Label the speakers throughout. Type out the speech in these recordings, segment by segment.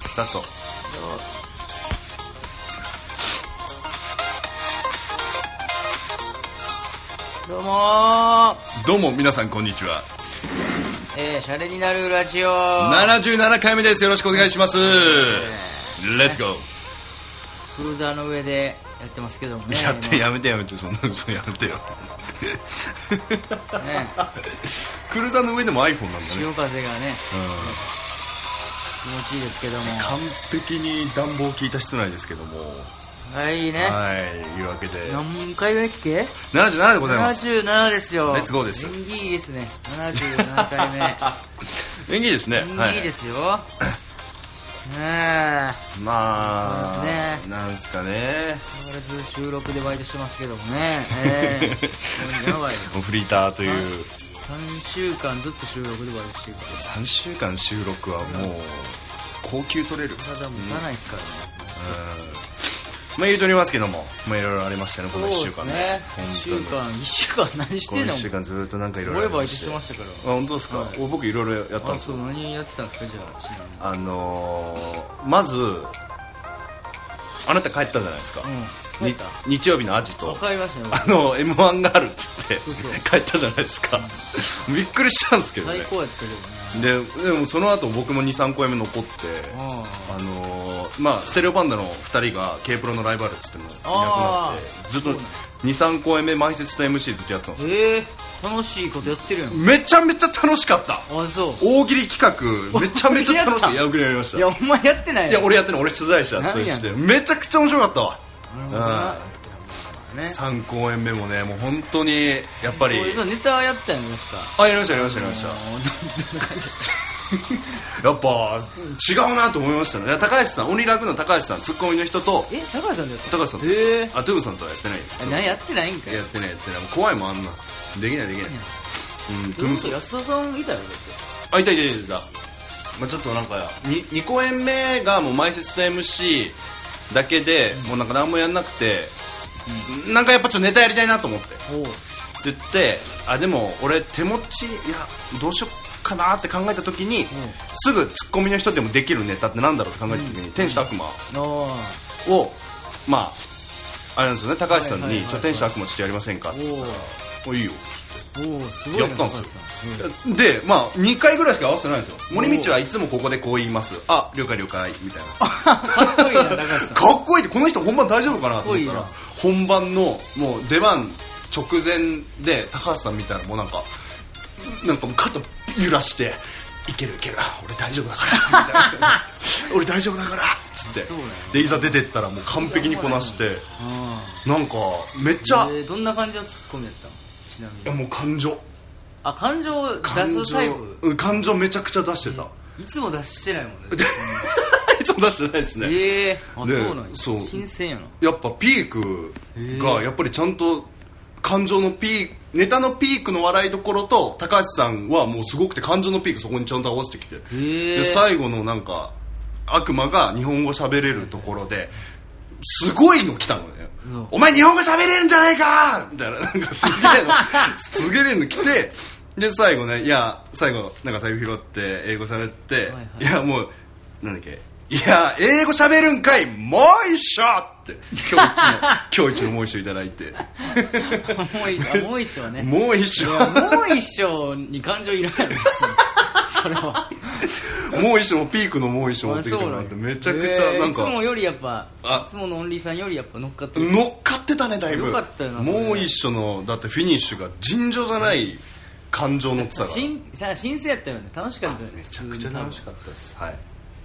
Speaker 1: したと
Speaker 2: どうもー
Speaker 1: どうも皆さんこんにちは
Speaker 2: えー、シャレになるラジオ
Speaker 1: 77回目ですよろしくお願いしますレッツゴ
Speaker 2: クルーザーの上でやってますけどもね
Speaker 1: ーやってやめてやめてそんな嘘やめてよ
Speaker 2: 今ね
Speaker 1: クルーザーの上でも iPhone なんだね
Speaker 2: 潮風がね気持ちいいですけども
Speaker 1: 完璧に暖房効いた室内ですけども
Speaker 2: はいいいね
Speaker 1: はいいうわけで
Speaker 2: 何回目っけ
Speaker 1: 77でございます
Speaker 2: 77ですよ
Speaker 1: レッツゴーです
Speaker 2: 縁起いいですね77回 目
Speaker 1: 演技ですね
Speaker 2: 縁起いいですよ、ねえ
Speaker 1: はい、まあ
Speaker 2: そうです
Speaker 1: なんですかね
Speaker 2: 変わらず収録でバイトしてますけども ねええやばい
Speaker 1: フリーターという
Speaker 2: 3週間ずっと収録でバイトしてるから
Speaker 1: 3週間収録はもう高級取れる
Speaker 2: 体持たないですからね、
Speaker 1: まあ言うとりますけども、まあ、いろいろありましたねこの1週間
Speaker 2: ね1週
Speaker 1: 本
Speaker 2: 間1週間何し
Speaker 1: 当にこの
Speaker 2: てんの
Speaker 1: 1週間ずっとなんかいろいろ
Speaker 2: 俺
Speaker 1: あり
Speaker 2: バ
Speaker 1: ま
Speaker 2: イトしてま
Speaker 1: し
Speaker 2: したから
Speaker 1: たあ本当ですか、お僕いろいろやったん
Speaker 2: あ
Speaker 1: です
Speaker 2: そう何やってたんですかじゃあちなみに
Speaker 1: あのー、まずあなた帰ったじゃないですか、
Speaker 2: うん
Speaker 1: に
Speaker 2: 帰っ
Speaker 1: 日曜日のアジ
Speaker 2: た
Speaker 1: と
Speaker 2: 分かりましたよ
Speaker 1: あの m 1があるっつって
Speaker 2: そうそう
Speaker 1: 帰ったじゃないですかびっくりしたんですけどね
Speaker 2: 最高やったけどね
Speaker 1: ででもその後僕も23公演目残って
Speaker 2: あ
Speaker 1: あのーまあ、ステレオバンドの2人が k ー p r o のライバルっつってもいなくな
Speaker 2: あ
Speaker 1: ってずっと23公演目前説と MC ずっとやってたんです
Speaker 2: ーえー、楽しいことやってるやんあ
Speaker 1: めちゃめちゃ楽しかった
Speaker 2: そう
Speaker 1: 大喜利企画めちゃめちゃ楽しい
Speaker 2: 大喜利
Speaker 1: い
Speaker 2: やった
Speaker 1: や僕やりました
Speaker 2: いやお前やってない
Speaker 1: いや俺やってるの俺取材者としてめちゃくちゃ面白かったわ
Speaker 2: なるほどなね
Speaker 1: 3公演目もねもう本当にやっぱり
Speaker 2: 俺さネタやったんや確か
Speaker 1: あやりましたやりましたやりまし
Speaker 2: あー
Speaker 1: たやっぱ違うなと思いましたね高橋さん鬼楽の高橋さんツッコミの人と
Speaker 2: え高橋さんだよ
Speaker 1: 高橋さんと
Speaker 2: え
Speaker 1: あトゥーンさんとはやってない
Speaker 2: ー、何やってないんかい
Speaker 1: やってないやってないもう怖いもんあんなできないできないうんト
Speaker 2: ど
Speaker 1: ゥ
Speaker 2: う
Speaker 1: ー
Speaker 2: い
Speaker 1: ン
Speaker 2: うこ
Speaker 1: さ
Speaker 2: と
Speaker 1: ん
Speaker 2: 安田さんいたよだって
Speaker 1: あいたいたいたいた、まあ、ちょっとなんか 2, 二公演目がもう前説と MC だけで、もうなんか何もやんなくて、なんかやっぱちょっとネタやりたいなと思って
Speaker 2: おう
Speaker 1: って言ってあでも俺手持ちいやどうしよっかなって考えた時に、すぐツッコミの人でもできるネタってなんだろうって考えた時に、天使と悪魔
Speaker 2: あ
Speaker 1: をまああれなんですよね高橋さん
Speaker 2: はいはい
Speaker 1: に
Speaker 2: は
Speaker 1: 「
Speaker 2: い
Speaker 1: ちょ天使と悪魔ちょっとやりませんか?」って言ったら「おいいよ」
Speaker 2: ーおおすごいな
Speaker 1: やったんですよ
Speaker 2: 高橋さ
Speaker 1: でまあ2回ぐらいしか合わせてないんですよ森道はいつもここでこう言いますあ了解了解みたいなか
Speaker 2: かっこいいな高橋さん
Speaker 1: っこいいってこの人本番大丈夫かなと思ったら
Speaker 2: かっ
Speaker 1: 本番のもう出番直前で高橋さん見たらもうなんかなんかもう肩揺らしていけるいけるあ俺大丈夫だからみたいな 俺大丈夫だからっつって
Speaker 2: そうなんや
Speaker 1: でいざ出てったらもう完璧にこなして
Speaker 2: あ
Speaker 1: なんかめっちゃ
Speaker 2: ー、えーどんな感じのツッコミやったのちなみ
Speaker 1: いや
Speaker 2: に
Speaker 1: もう感情
Speaker 2: あ感情を出
Speaker 1: 感情
Speaker 2: すタイプ
Speaker 1: うん感情めちゃくちゃ出してた
Speaker 2: いつも出してない もんね
Speaker 1: いつも出してないですね
Speaker 2: ええー、あ
Speaker 1: で
Speaker 2: そうなんや
Speaker 1: そう
Speaker 2: 新鮮やな
Speaker 1: やっぱピークがやっぱりちゃんと感情のピークネタのピークの笑いどころと高橋さんはもうすごくて感情のピークそこにちゃんと合わせてきて
Speaker 2: ー
Speaker 1: で最後のなんか悪魔が日本語喋れるところですごいの来たのね、
Speaker 2: うん
Speaker 1: お前日本語喋れるんじゃないかみたいななんかすげえの すげえの来てで最後ねいや最後なんか財布拾って英語喋って、
Speaker 2: はいはい
Speaker 1: いやもうなんだっけいや英語喋るんかいもう一緒って 今日一の今日一のもう一緒いただいて
Speaker 2: もう一緒あもう一緒はねも
Speaker 1: もう 一緒
Speaker 2: う一緒に感情いらないの別にそれは
Speaker 1: もう一緒もピークのもう一緒持ってきてもらって
Speaker 2: あそう
Speaker 1: めちゃくちゃ
Speaker 2: えー
Speaker 1: なん
Speaker 2: いつも
Speaker 1: か
Speaker 2: よりやっぱ
Speaker 1: あ
Speaker 2: いつものオンリーさんよりやっぱ乗っかってる
Speaker 1: 乗っかってたねだいぶ
Speaker 2: よかったよなそれ
Speaker 1: もう一緒のだってフィニッシュが尋常じゃない感情乗ってたからめ
Speaker 2: 新さ新鮮やったよね楽しかったよねめ
Speaker 1: ちゃくちゃ楽しかったですはい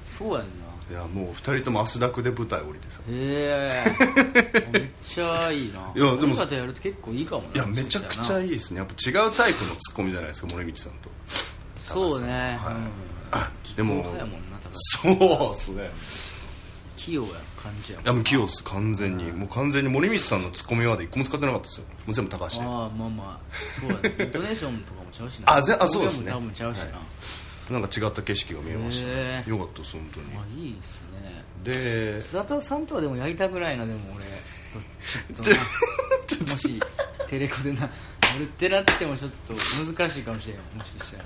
Speaker 2: そうやんない
Speaker 1: やもう二人とも汗だくで舞台降りてさ
Speaker 2: へ えめっちゃいいない
Speaker 1: やでも
Speaker 2: 方やると結構いいかも
Speaker 1: いやめちゃくちゃいいですねやっぱ違うタイプのツッコミじゃないですか森道さんと
Speaker 2: そうね、
Speaker 1: はい
Speaker 2: うん
Speaker 1: でも
Speaker 2: そうやもんなだから
Speaker 1: そうですね
Speaker 2: 器用や感じやもん
Speaker 1: いやもう器用です完全にもう完全に森光さんのツッコミワード一個も使ってなかったですよもう全部高橋で
Speaker 2: ああまあまあそうや ねイントネーションとかもちゃうしな
Speaker 1: あぜあそうですね
Speaker 2: 表現も多分ちゃうしな、
Speaker 1: なんか違った景色が見えましたね
Speaker 2: へえ
Speaker 1: よかったです本当に
Speaker 2: まあいいですね
Speaker 1: で
Speaker 2: 津田さんとはでもやりたくないなでも俺どちょっとなもしテレコでな俺ってなってもちょっと難しいかもしれないもしかしたら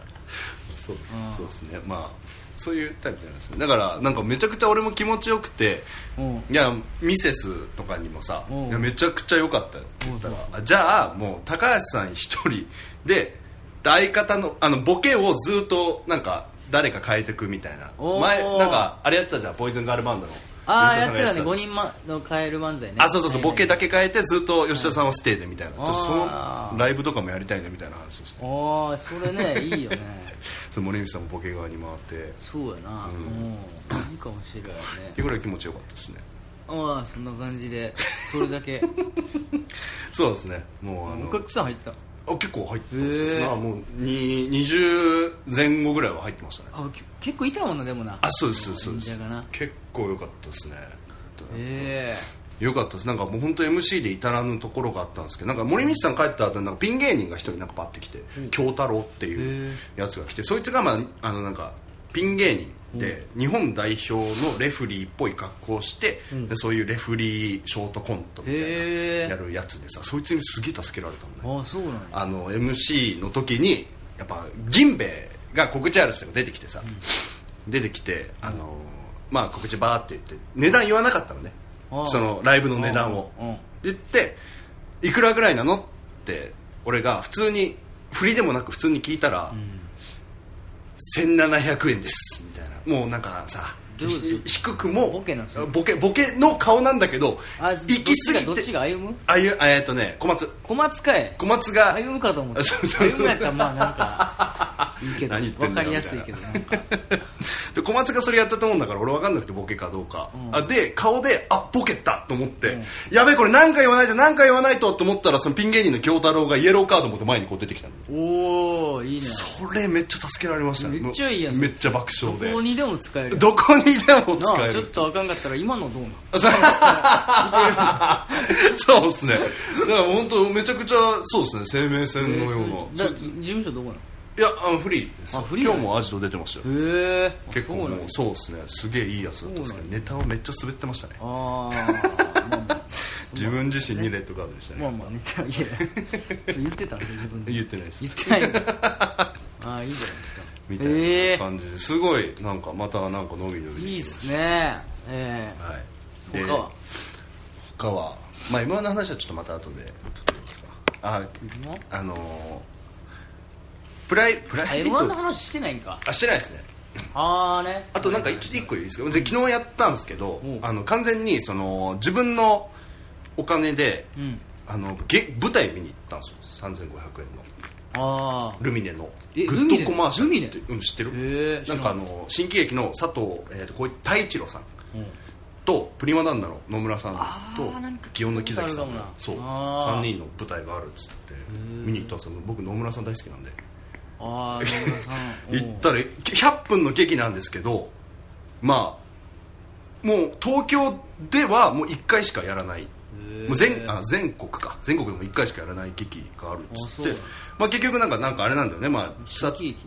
Speaker 1: そうです
Speaker 2: うん
Speaker 1: そうですねまあそういうタイプなんですよだからなんかめちゃくちゃ俺も気持ちよくて
Speaker 2: うん
Speaker 1: いやミセスとかにもさ
Speaker 2: うん
Speaker 1: いやめちゃくちゃ良かったよって言ったらあじゃあもう高橋さん一人で相方のあのボケをずっとなんか誰か変えてくみたいな
Speaker 2: おー
Speaker 1: 前なんかあれやってたじゃんボーイズガールバンドの
Speaker 2: ああ
Speaker 1: 吉田
Speaker 2: や
Speaker 1: さ
Speaker 2: っ
Speaker 1: んが
Speaker 2: てたね
Speaker 1: じゃん
Speaker 2: 5人まのカエル漫才ね
Speaker 1: あそうそうそうボケだ
Speaker 2: け
Speaker 1: け変えてずっと吉田さんはステイでみたいなちょっとそ
Speaker 2: あ
Speaker 1: の
Speaker 2: ー
Speaker 1: ライブとかもやりたいねみたいな話して
Speaker 2: ああそれねいい よね
Speaker 1: それ森光さんもボケ側に回って
Speaker 2: そうやな、うん、いいかもしれない
Speaker 1: っ
Speaker 2: ね
Speaker 1: てぐらい気持ちよかったですね
Speaker 2: ああそんな感じでそれ だけ
Speaker 1: そうですねもうあ
Speaker 2: お
Speaker 1: の
Speaker 2: 客さん入ってた
Speaker 1: あ結構入ってますよ
Speaker 2: へー
Speaker 1: まあもうに20前後ぐらいは入ってましたね
Speaker 2: あけ結構いたもんなでもな
Speaker 1: あそうですそうです
Speaker 2: 忍者がな
Speaker 1: 結構良かったですね
Speaker 2: え
Speaker 1: 良かったですなんかもう本当 MC で至らぬところがあったんですけどなんか森道さん帰った後になんかピン芸人が一人なんかパッて来て京太郎っていう
Speaker 2: へ
Speaker 1: やつが来てそいつが、まあ、あのなんかピン芸人で日本代表のレフリーっぽい格好をして、でそういうレフリーショートコントみたいな
Speaker 2: へー
Speaker 1: やるやつでさそいつにすげえ助けられたのね
Speaker 2: えああそうなの
Speaker 1: あの MC の時にやっぱ銀兵衛が告知ある人が出てきてさ、出てきてあのーまあ告知バーって言って値段言わなかったのね
Speaker 2: ああ
Speaker 1: そのライブの値段を
Speaker 2: うんうん
Speaker 1: 言っていくらぐらいなのって俺が普通に振りでもなく普通に聞いたら、1700円ですみたいなもうなんかさ
Speaker 2: どういうこと
Speaker 1: ひ低くも
Speaker 2: ボケなんですよ
Speaker 1: ボケボケの顔なんだけど
Speaker 2: あ
Speaker 1: 行き過ぎ
Speaker 2: どっちがどってちが歩む
Speaker 1: あゆあえっとね小松
Speaker 2: 小松かい
Speaker 1: 小松が
Speaker 2: 歩むかと思った
Speaker 1: あそうそうそう
Speaker 2: 歩むやったらまあな んかいいけど
Speaker 1: 何言って
Speaker 2: わ
Speaker 1: んだ
Speaker 2: か
Speaker 1: よ
Speaker 2: りやすいけどなんか
Speaker 1: で小松がそれやったと思うんだから俺分かんなくてボケかどうか、
Speaker 2: ん
Speaker 1: あで顔であボケたと思って、やべえこれ何か言わないと何か言わないとと思ったらそのピン芸人の京太郎がイエローカード持って前にこう出てきたの、
Speaker 2: おおいいね
Speaker 1: それめっちゃ助けられましたね
Speaker 2: めっちゃいいやん
Speaker 1: もうめっちゃ爆
Speaker 2: ど
Speaker 1: 笑で
Speaker 2: こにでも使える
Speaker 1: どこにでも
Speaker 2: な
Speaker 1: 使
Speaker 2: あ
Speaker 1: え
Speaker 2: ちょっ
Speaker 1: る
Speaker 2: とあかんかったら今のどうなん
Speaker 1: そうそう ですねだから本当めちゃくちゃそうですね生命線のような、
Speaker 2: えーそれだ事務所どこなの
Speaker 1: いやあのフリーです
Speaker 2: あフリー
Speaker 1: 今
Speaker 2: な
Speaker 1: 日
Speaker 2: の
Speaker 1: もアジト出てましたよ
Speaker 2: へえ
Speaker 1: 結構もう
Speaker 2: そ
Speaker 1: そうですねすげえいいやつだったんですけどネタをめっちゃ滑ってましたね
Speaker 2: うなんやああまあまあ
Speaker 1: 自分自身にレッドカードでしたね、
Speaker 2: まあまあネタいや言ってたんですよ自分で
Speaker 1: 言ってないです
Speaker 2: 言ってないんだああいいじゃないですか
Speaker 1: みたい
Speaker 2: ええ
Speaker 1: な感じですごいなんかまたなんか伸び伸び
Speaker 2: いいっすねえ
Speaker 1: はい
Speaker 2: え
Speaker 1: で
Speaker 2: 他は
Speaker 1: 他はまあ m 1の話はちょっとまた後で撮ってみますかああのープライプライ
Speaker 2: m 1の話してないんか
Speaker 1: あしてないですね
Speaker 2: ああね
Speaker 1: あとなんか一一個いいですかで昨日やったんですけど
Speaker 2: うん
Speaker 1: あの完全にその自分のお金で
Speaker 2: うん
Speaker 1: あのげ舞台見に行ったんですよ3500円の
Speaker 2: あ
Speaker 1: ルミネのグ
Speaker 2: え
Speaker 1: ッドコマーシャルって
Speaker 2: ルミ
Speaker 1: うん知ってる、
Speaker 2: へえ
Speaker 1: なんかあの新喜劇の佐藤、えー、とこう太一郎さん
Speaker 2: あうん
Speaker 1: とプリマダンナの野村さん
Speaker 2: あー
Speaker 1: と
Speaker 2: なんか
Speaker 1: 祇園の木崎さん
Speaker 2: 聞いたことあるかもな
Speaker 1: がそう
Speaker 2: あー
Speaker 1: 3人の舞台があるっつって見に行ったんですよ僕野村さん大好きなんで
Speaker 2: ああ 野村さん
Speaker 1: 行ったら100分の劇なんですけどまあもう東京ではもう1回しかやらない
Speaker 2: へえ
Speaker 1: もう全あ全国か全国でも1回しかやらない劇があるっ
Speaker 2: あ
Speaker 1: つ
Speaker 2: そ
Speaker 1: っ
Speaker 2: う
Speaker 1: て
Speaker 2: だ
Speaker 1: まあ、結局なんかなんかあれなんだよね、まあ、
Speaker 2: 新喜劇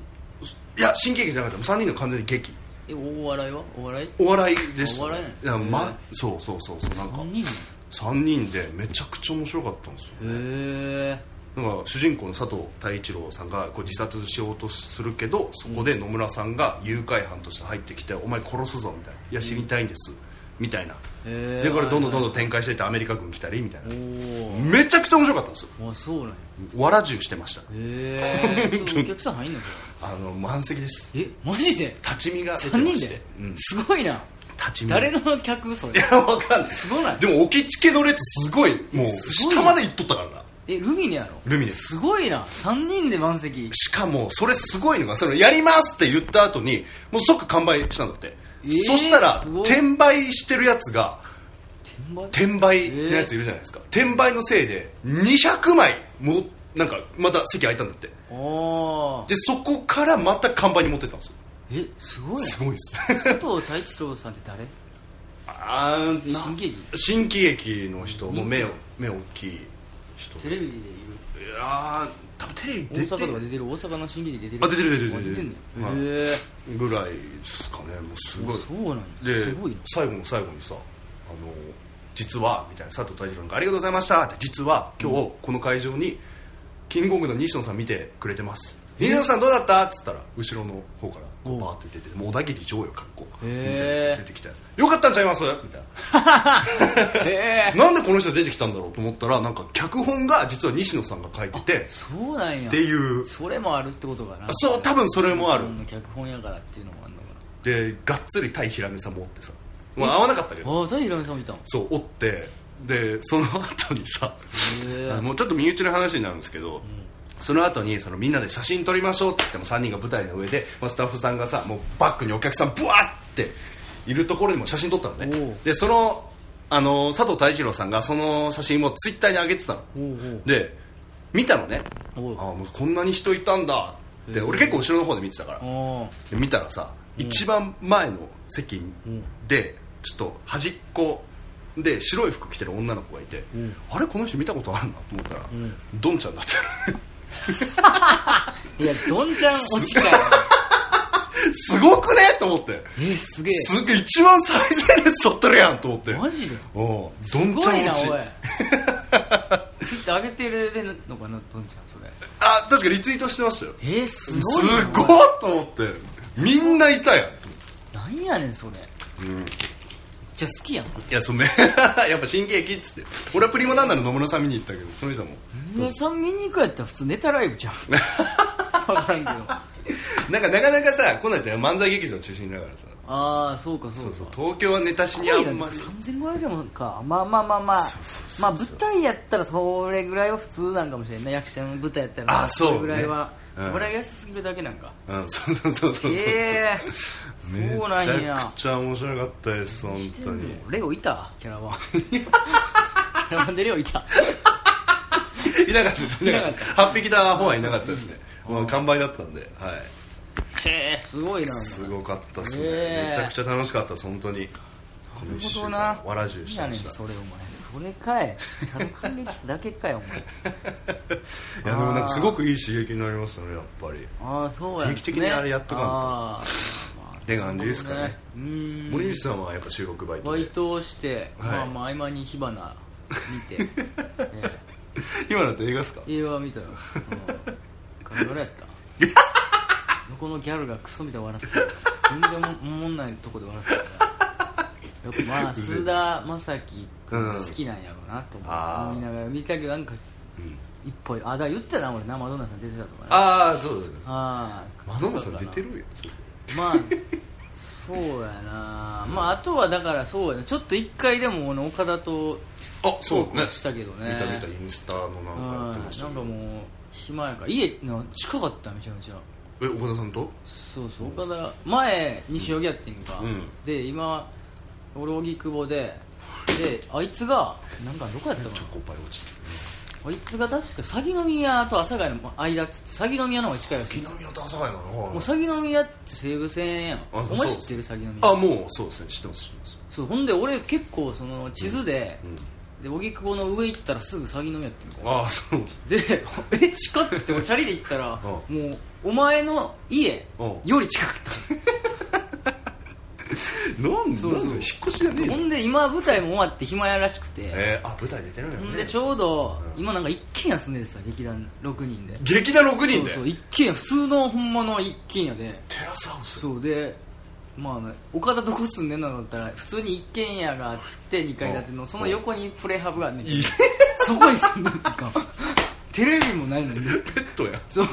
Speaker 1: いや新喜劇じゃなかった3人の完全に劇
Speaker 2: えお笑いはお笑い
Speaker 1: お笑いでした、
Speaker 2: お笑
Speaker 1: い
Speaker 2: い
Speaker 1: やま、そうそうそうそうなんか
Speaker 2: 何人
Speaker 1: 3人でめちゃくちゃ面白かったんですよ
Speaker 2: へえ
Speaker 1: なんか主人公の佐藤太一郎さんがこう自殺しようとするけどそこで野村さんが誘拐犯として入ってきて「お前殺すぞ」みたいな「いや死にたいんです」みたいな
Speaker 2: へえ
Speaker 1: でこれどんどんどんどん展開していってアメリカ軍来たりみたいな
Speaker 2: お
Speaker 1: めちゃくちゃ面白かったんですよ
Speaker 2: おあそうなんや
Speaker 1: わらじゅうしてました
Speaker 2: へえお客さん入んのそ
Speaker 1: あの満席です
Speaker 2: れえマジで
Speaker 1: 立ち見が出て
Speaker 2: 3
Speaker 1: ま
Speaker 2: 人
Speaker 1: して
Speaker 2: で、
Speaker 1: うん、
Speaker 2: すごいな
Speaker 1: 立ち見
Speaker 2: 誰の客それ
Speaker 1: いや、 わかんない。
Speaker 2: すごない
Speaker 1: でも、置き付けの列すごい、もう、
Speaker 2: すごい
Speaker 1: 下まで行っとったからな。
Speaker 2: えルミネやろ
Speaker 1: ルミネです
Speaker 2: すごいな3人で満席
Speaker 1: しかも、それすごいのが、その、やりますって言った後に、もう即完売したんだって。
Speaker 2: えー
Speaker 1: そしたら
Speaker 2: すごい、
Speaker 1: 転売してるやつが、
Speaker 2: 転売
Speaker 1: 転売のやついるじゃないですか。転売のせいで、200枚、もう、なんか、また席空いたんだって。
Speaker 2: ああ
Speaker 1: で、そこからまた完売に持ってったんですよ。
Speaker 2: えすごいな
Speaker 1: すごいっす。
Speaker 2: 佐藤太一郎さんって誰
Speaker 1: あーな
Speaker 2: 新喜劇
Speaker 1: 新喜劇の人、もう目を、目大きい人。
Speaker 2: テレビでい
Speaker 1: いやー多分テレビ
Speaker 2: る
Speaker 1: 出
Speaker 2: 大
Speaker 1: て
Speaker 2: 阪とか出てる大阪の新喜劇出てる
Speaker 1: あ出てる出てる
Speaker 2: あ出てんねや
Speaker 1: は
Speaker 2: へ
Speaker 1: い
Speaker 2: え
Speaker 1: ぐらいですかねもうすごい
Speaker 2: そうなんや
Speaker 1: です
Speaker 2: ごいな
Speaker 1: 最後の最後にさあの実はみたいな佐藤大二郎がありがとうございましたって実は今日この会場にキングコングの西野さん見てくれてます西野さんどうだったっつったら後ろの方からこうバーって出ててもう小田切城よかっこ
Speaker 2: へー
Speaker 1: 出てきてよかったんちゃいますみたいな
Speaker 2: へえ
Speaker 1: なんでこの人出てきたんだろうと思ったらなんか脚本が実は西野さんが書いてて
Speaker 2: そうなんや
Speaker 1: っていう
Speaker 2: それもあるってことかな
Speaker 1: そう多分それもある
Speaker 2: 自分の脚本やからっていうのもあるのかな
Speaker 1: でがっつり対ヒラメさ持ってさ、まあ、合わなかったけど
Speaker 2: ああ大平さん見たの
Speaker 1: そう折ってでその後にさ
Speaker 2: へえ
Speaker 1: あのもうちょっと身内の話になるんですけど、その後にそのみんなで写真撮りましょうって言っても3人が舞台の上で、まあ、スタッフさんがさもうバックにお客さんブワーっているところでも写真撮ったの
Speaker 2: おう
Speaker 1: ねでそのあの佐藤大二郎さんがその写真をツイッターに上げてたの
Speaker 2: おうおう
Speaker 1: で見たのねあ
Speaker 2: おう
Speaker 1: もうこんなに人いたんだって俺結構後ろの方で見てたから
Speaker 2: おう
Speaker 1: で見たらさ、一番前の席でちょっと端っこで白い服着てる女の子がいて、
Speaker 2: ん
Speaker 1: あれこの人見たことあるなと思ったら、
Speaker 2: ん
Speaker 1: ドンちゃんだったの
Speaker 2: いやどんちゃん落ちかよ
Speaker 1: すごくねと思って
Speaker 2: えすげえ
Speaker 1: すげえ一番最前列取ってるやんと思って
Speaker 2: マジで
Speaker 1: おう
Speaker 2: す
Speaker 1: どんち
Speaker 2: ご
Speaker 1: ゃん
Speaker 2: いな
Speaker 1: 落
Speaker 2: おい
Speaker 1: ち
Speaker 2: ツイッター上げてるのかなどんちゃんそれ
Speaker 1: あ確かリツイートしてましたよ
Speaker 2: えー、すごいな
Speaker 1: すご
Speaker 2: お
Speaker 1: い
Speaker 2: い
Speaker 1: と思ってみんないたやん
Speaker 2: なんやねんそれじゃあ好きやん
Speaker 1: いやそめ やっぱ神経切っつって俺はプリマなんなの野村さん見に行ったけどその人も
Speaker 2: 村さん見に行くやったら普通ネタライブじゃん 分からんけどあ
Speaker 1: なんかなかなかさこんなんじゃん漫才劇場中心だからさ
Speaker 2: あそうかそうか
Speaker 1: そう東京はネタしにあんまり
Speaker 2: 3500円もかまあまあまあまあ
Speaker 1: そうそうそうそう
Speaker 2: まあ舞台やったらそれぐらいは普通なんかもしれんない役者の舞台やったら
Speaker 1: あそうね
Speaker 2: れぐらいは
Speaker 1: うん
Speaker 2: これが安すぎるだけなんか
Speaker 1: うんそうそうそうそうそう
Speaker 2: ええ
Speaker 1: め
Speaker 2: そうなん
Speaker 1: ち
Speaker 2: や
Speaker 1: ゃくちゃ面白かったです本当に
Speaker 2: レオいたキャ ラはキャラバンでレオいた
Speaker 1: いなかったですいなかった8匹だ方はいなかったですねまあ完売だったんではい
Speaker 2: へえすごいな
Speaker 1: すごかったですね
Speaker 2: ねえ
Speaker 1: めちゃくちゃ楽しかったです本当にこの
Speaker 2: なる
Speaker 1: 一週
Speaker 2: ほど
Speaker 1: 間
Speaker 2: な
Speaker 1: わらじゅうして
Speaker 2: や
Speaker 1: ま
Speaker 2: ねん
Speaker 1: した
Speaker 2: それお前それかいただ感激しただけかよお前
Speaker 1: いやでもなんかすごくいい刺激になりましたねやっぱり
Speaker 2: ああそうやんすね
Speaker 1: 定期的にあれやっとかんと
Speaker 2: あーまあ
Speaker 1: って感じですかね
Speaker 2: うーん
Speaker 1: 森口さんはやっぱ収録バイト
Speaker 2: バイ
Speaker 1: で
Speaker 2: トをして、
Speaker 1: はい
Speaker 2: まあまあ合間に火花 見て、え
Speaker 1: 今だって映画ですか
Speaker 2: え映画見たよガラガラやったそこのギャルがクソみたいに笑ってた全然おもおもんないとこで笑ってたからやっぱまあ
Speaker 1: うぜ
Speaker 2: 須田将暉君
Speaker 1: うん
Speaker 2: 好きなんやろうなと思
Speaker 1: あー
Speaker 2: 思いながら見たけどなんか
Speaker 1: うん
Speaker 2: 一歩あだから言ってたな俺なマドンナさん出てたとかね
Speaker 1: ああそうだね
Speaker 2: ああ
Speaker 1: マドンナさん出てるよ
Speaker 2: まあそうやなまああとはだからそうやなちょっと一回でもあの岡田と
Speaker 1: あ
Speaker 2: トークはしたけどね
Speaker 1: 見た見たインスタのなんかやってました
Speaker 2: な
Speaker 1: け
Speaker 2: ん
Speaker 1: ど
Speaker 2: かもう暇やから家の近かっためちゃめちゃ
Speaker 1: え岡田さんと
Speaker 2: そうそう岡田前西荻やってんか、
Speaker 1: うん
Speaker 2: で今俺荻窪でであいつがなんかどこやったか
Speaker 1: チ
Speaker 2: な
Speaker 1: ョコパイ落ちてた
Speaker 2: あいつが確か鷺の宮と阿佐ヶ谷の間っつって鷺の宮の方が近いらしい
Speaker 1: よね南は朝早いな
Speaker 2: もう鷺の宮って西武線やんお
Speaker 1: あそう
Speaker 2: 前知ってる鷺の宮
Speaker 1: あもうそうですね知ってます知ってます
Speaker 2: そうほんで俺結構その地図で
Speaker 1: うん
Speaker 2: で荻窪、の上行ったらすぐ鷺の宮やってんか
Speaker 1: ああそう
Speaker 2: で 「え近っ」つって俺チャリで行ったら、
Speaker 1: う
Speaker 2: もうお前の家
Speaker 1: うん
Speaker 2: より近かっ
Speaker 1: なんで
Speaker 2: そう
Speaker 1: な
Speaker 2: そう
Speaker 1: んで引っ越しじゃね
Speaker 2: た
Speaker 1: えじ
Speaker 2: ほ
Speaker 1: ゃん
Speaker 2: んで今舞台も終わって暇やらしくて、
Speaker 1: えー、あ舞台出てるんや
Speaker 2: ほん
Speaker 1: ね
Speaker 2: でちょうど
Speaker 1: うん
Speaker 2: 今なんか一軒家住んでてさ劇団6人で
Speaker 1: 劇団6
Speaker 2: そ
Speaker 1: 人
Speaker 2: う
Speaker 1: で
Speaker 2: そう一軒家普通のほんまの一軒家で
Speaker 1: テラスハウス
Speaker 2: そうでまあ岡田どこ住んでんのだったら普通に一軒家があって2階建てのその横にプレハブがあんねん
Speaker 1: いい
Speaker 2: そこに住んでるっていうかテレビもないのに
Speaker 1: ペットやん
Speaker 2: そう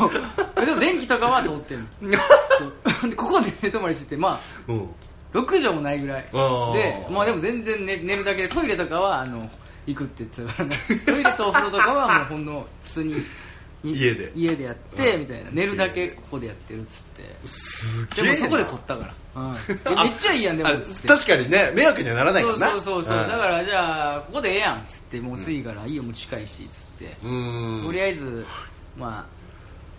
Speaker 2: えでも電気とかは通ってるそうでここで寝泊まりしててまあ
Speaker 1: うん
Speaker 2: 6畳もないぐらい
Speaker 1: あー
Speaker 2: でまあでも全然寝寝るだけでトイレとかはあの行くって言ってた からねトイレとお風呂とかはもうほんの普通にに
Speaker 1: 家で
Speaker 2: 家でやってみたいな寝るだけ
Speaker 1: 家で
Speaker 2: ここでやってるっつって
Speaker 1: すげ
Speaker 2: で
Speaker 1: え
Speaker 2: も
Speaker 1: な
Speaker 2: そこで撮ったから、 うん、
Speaker 1: あ
Speaker 2: えめっちゃいいやんでも
Speaker 1: あ
Speaker 2: っつって
Speaker 1: 確かにね迷惑にはならないか
Speaker 2: そ
Speaker 1: ら
Speaker 2: う
Speaker 1: な
Speaker 2: そうそうそう、
Speaker 1: ん
Speaker 2: だからじゃあここでええやんっつってもう次からいいよもう近いしっつって、
Speaker 1: うーん
Speaker 2: とりあえず、ま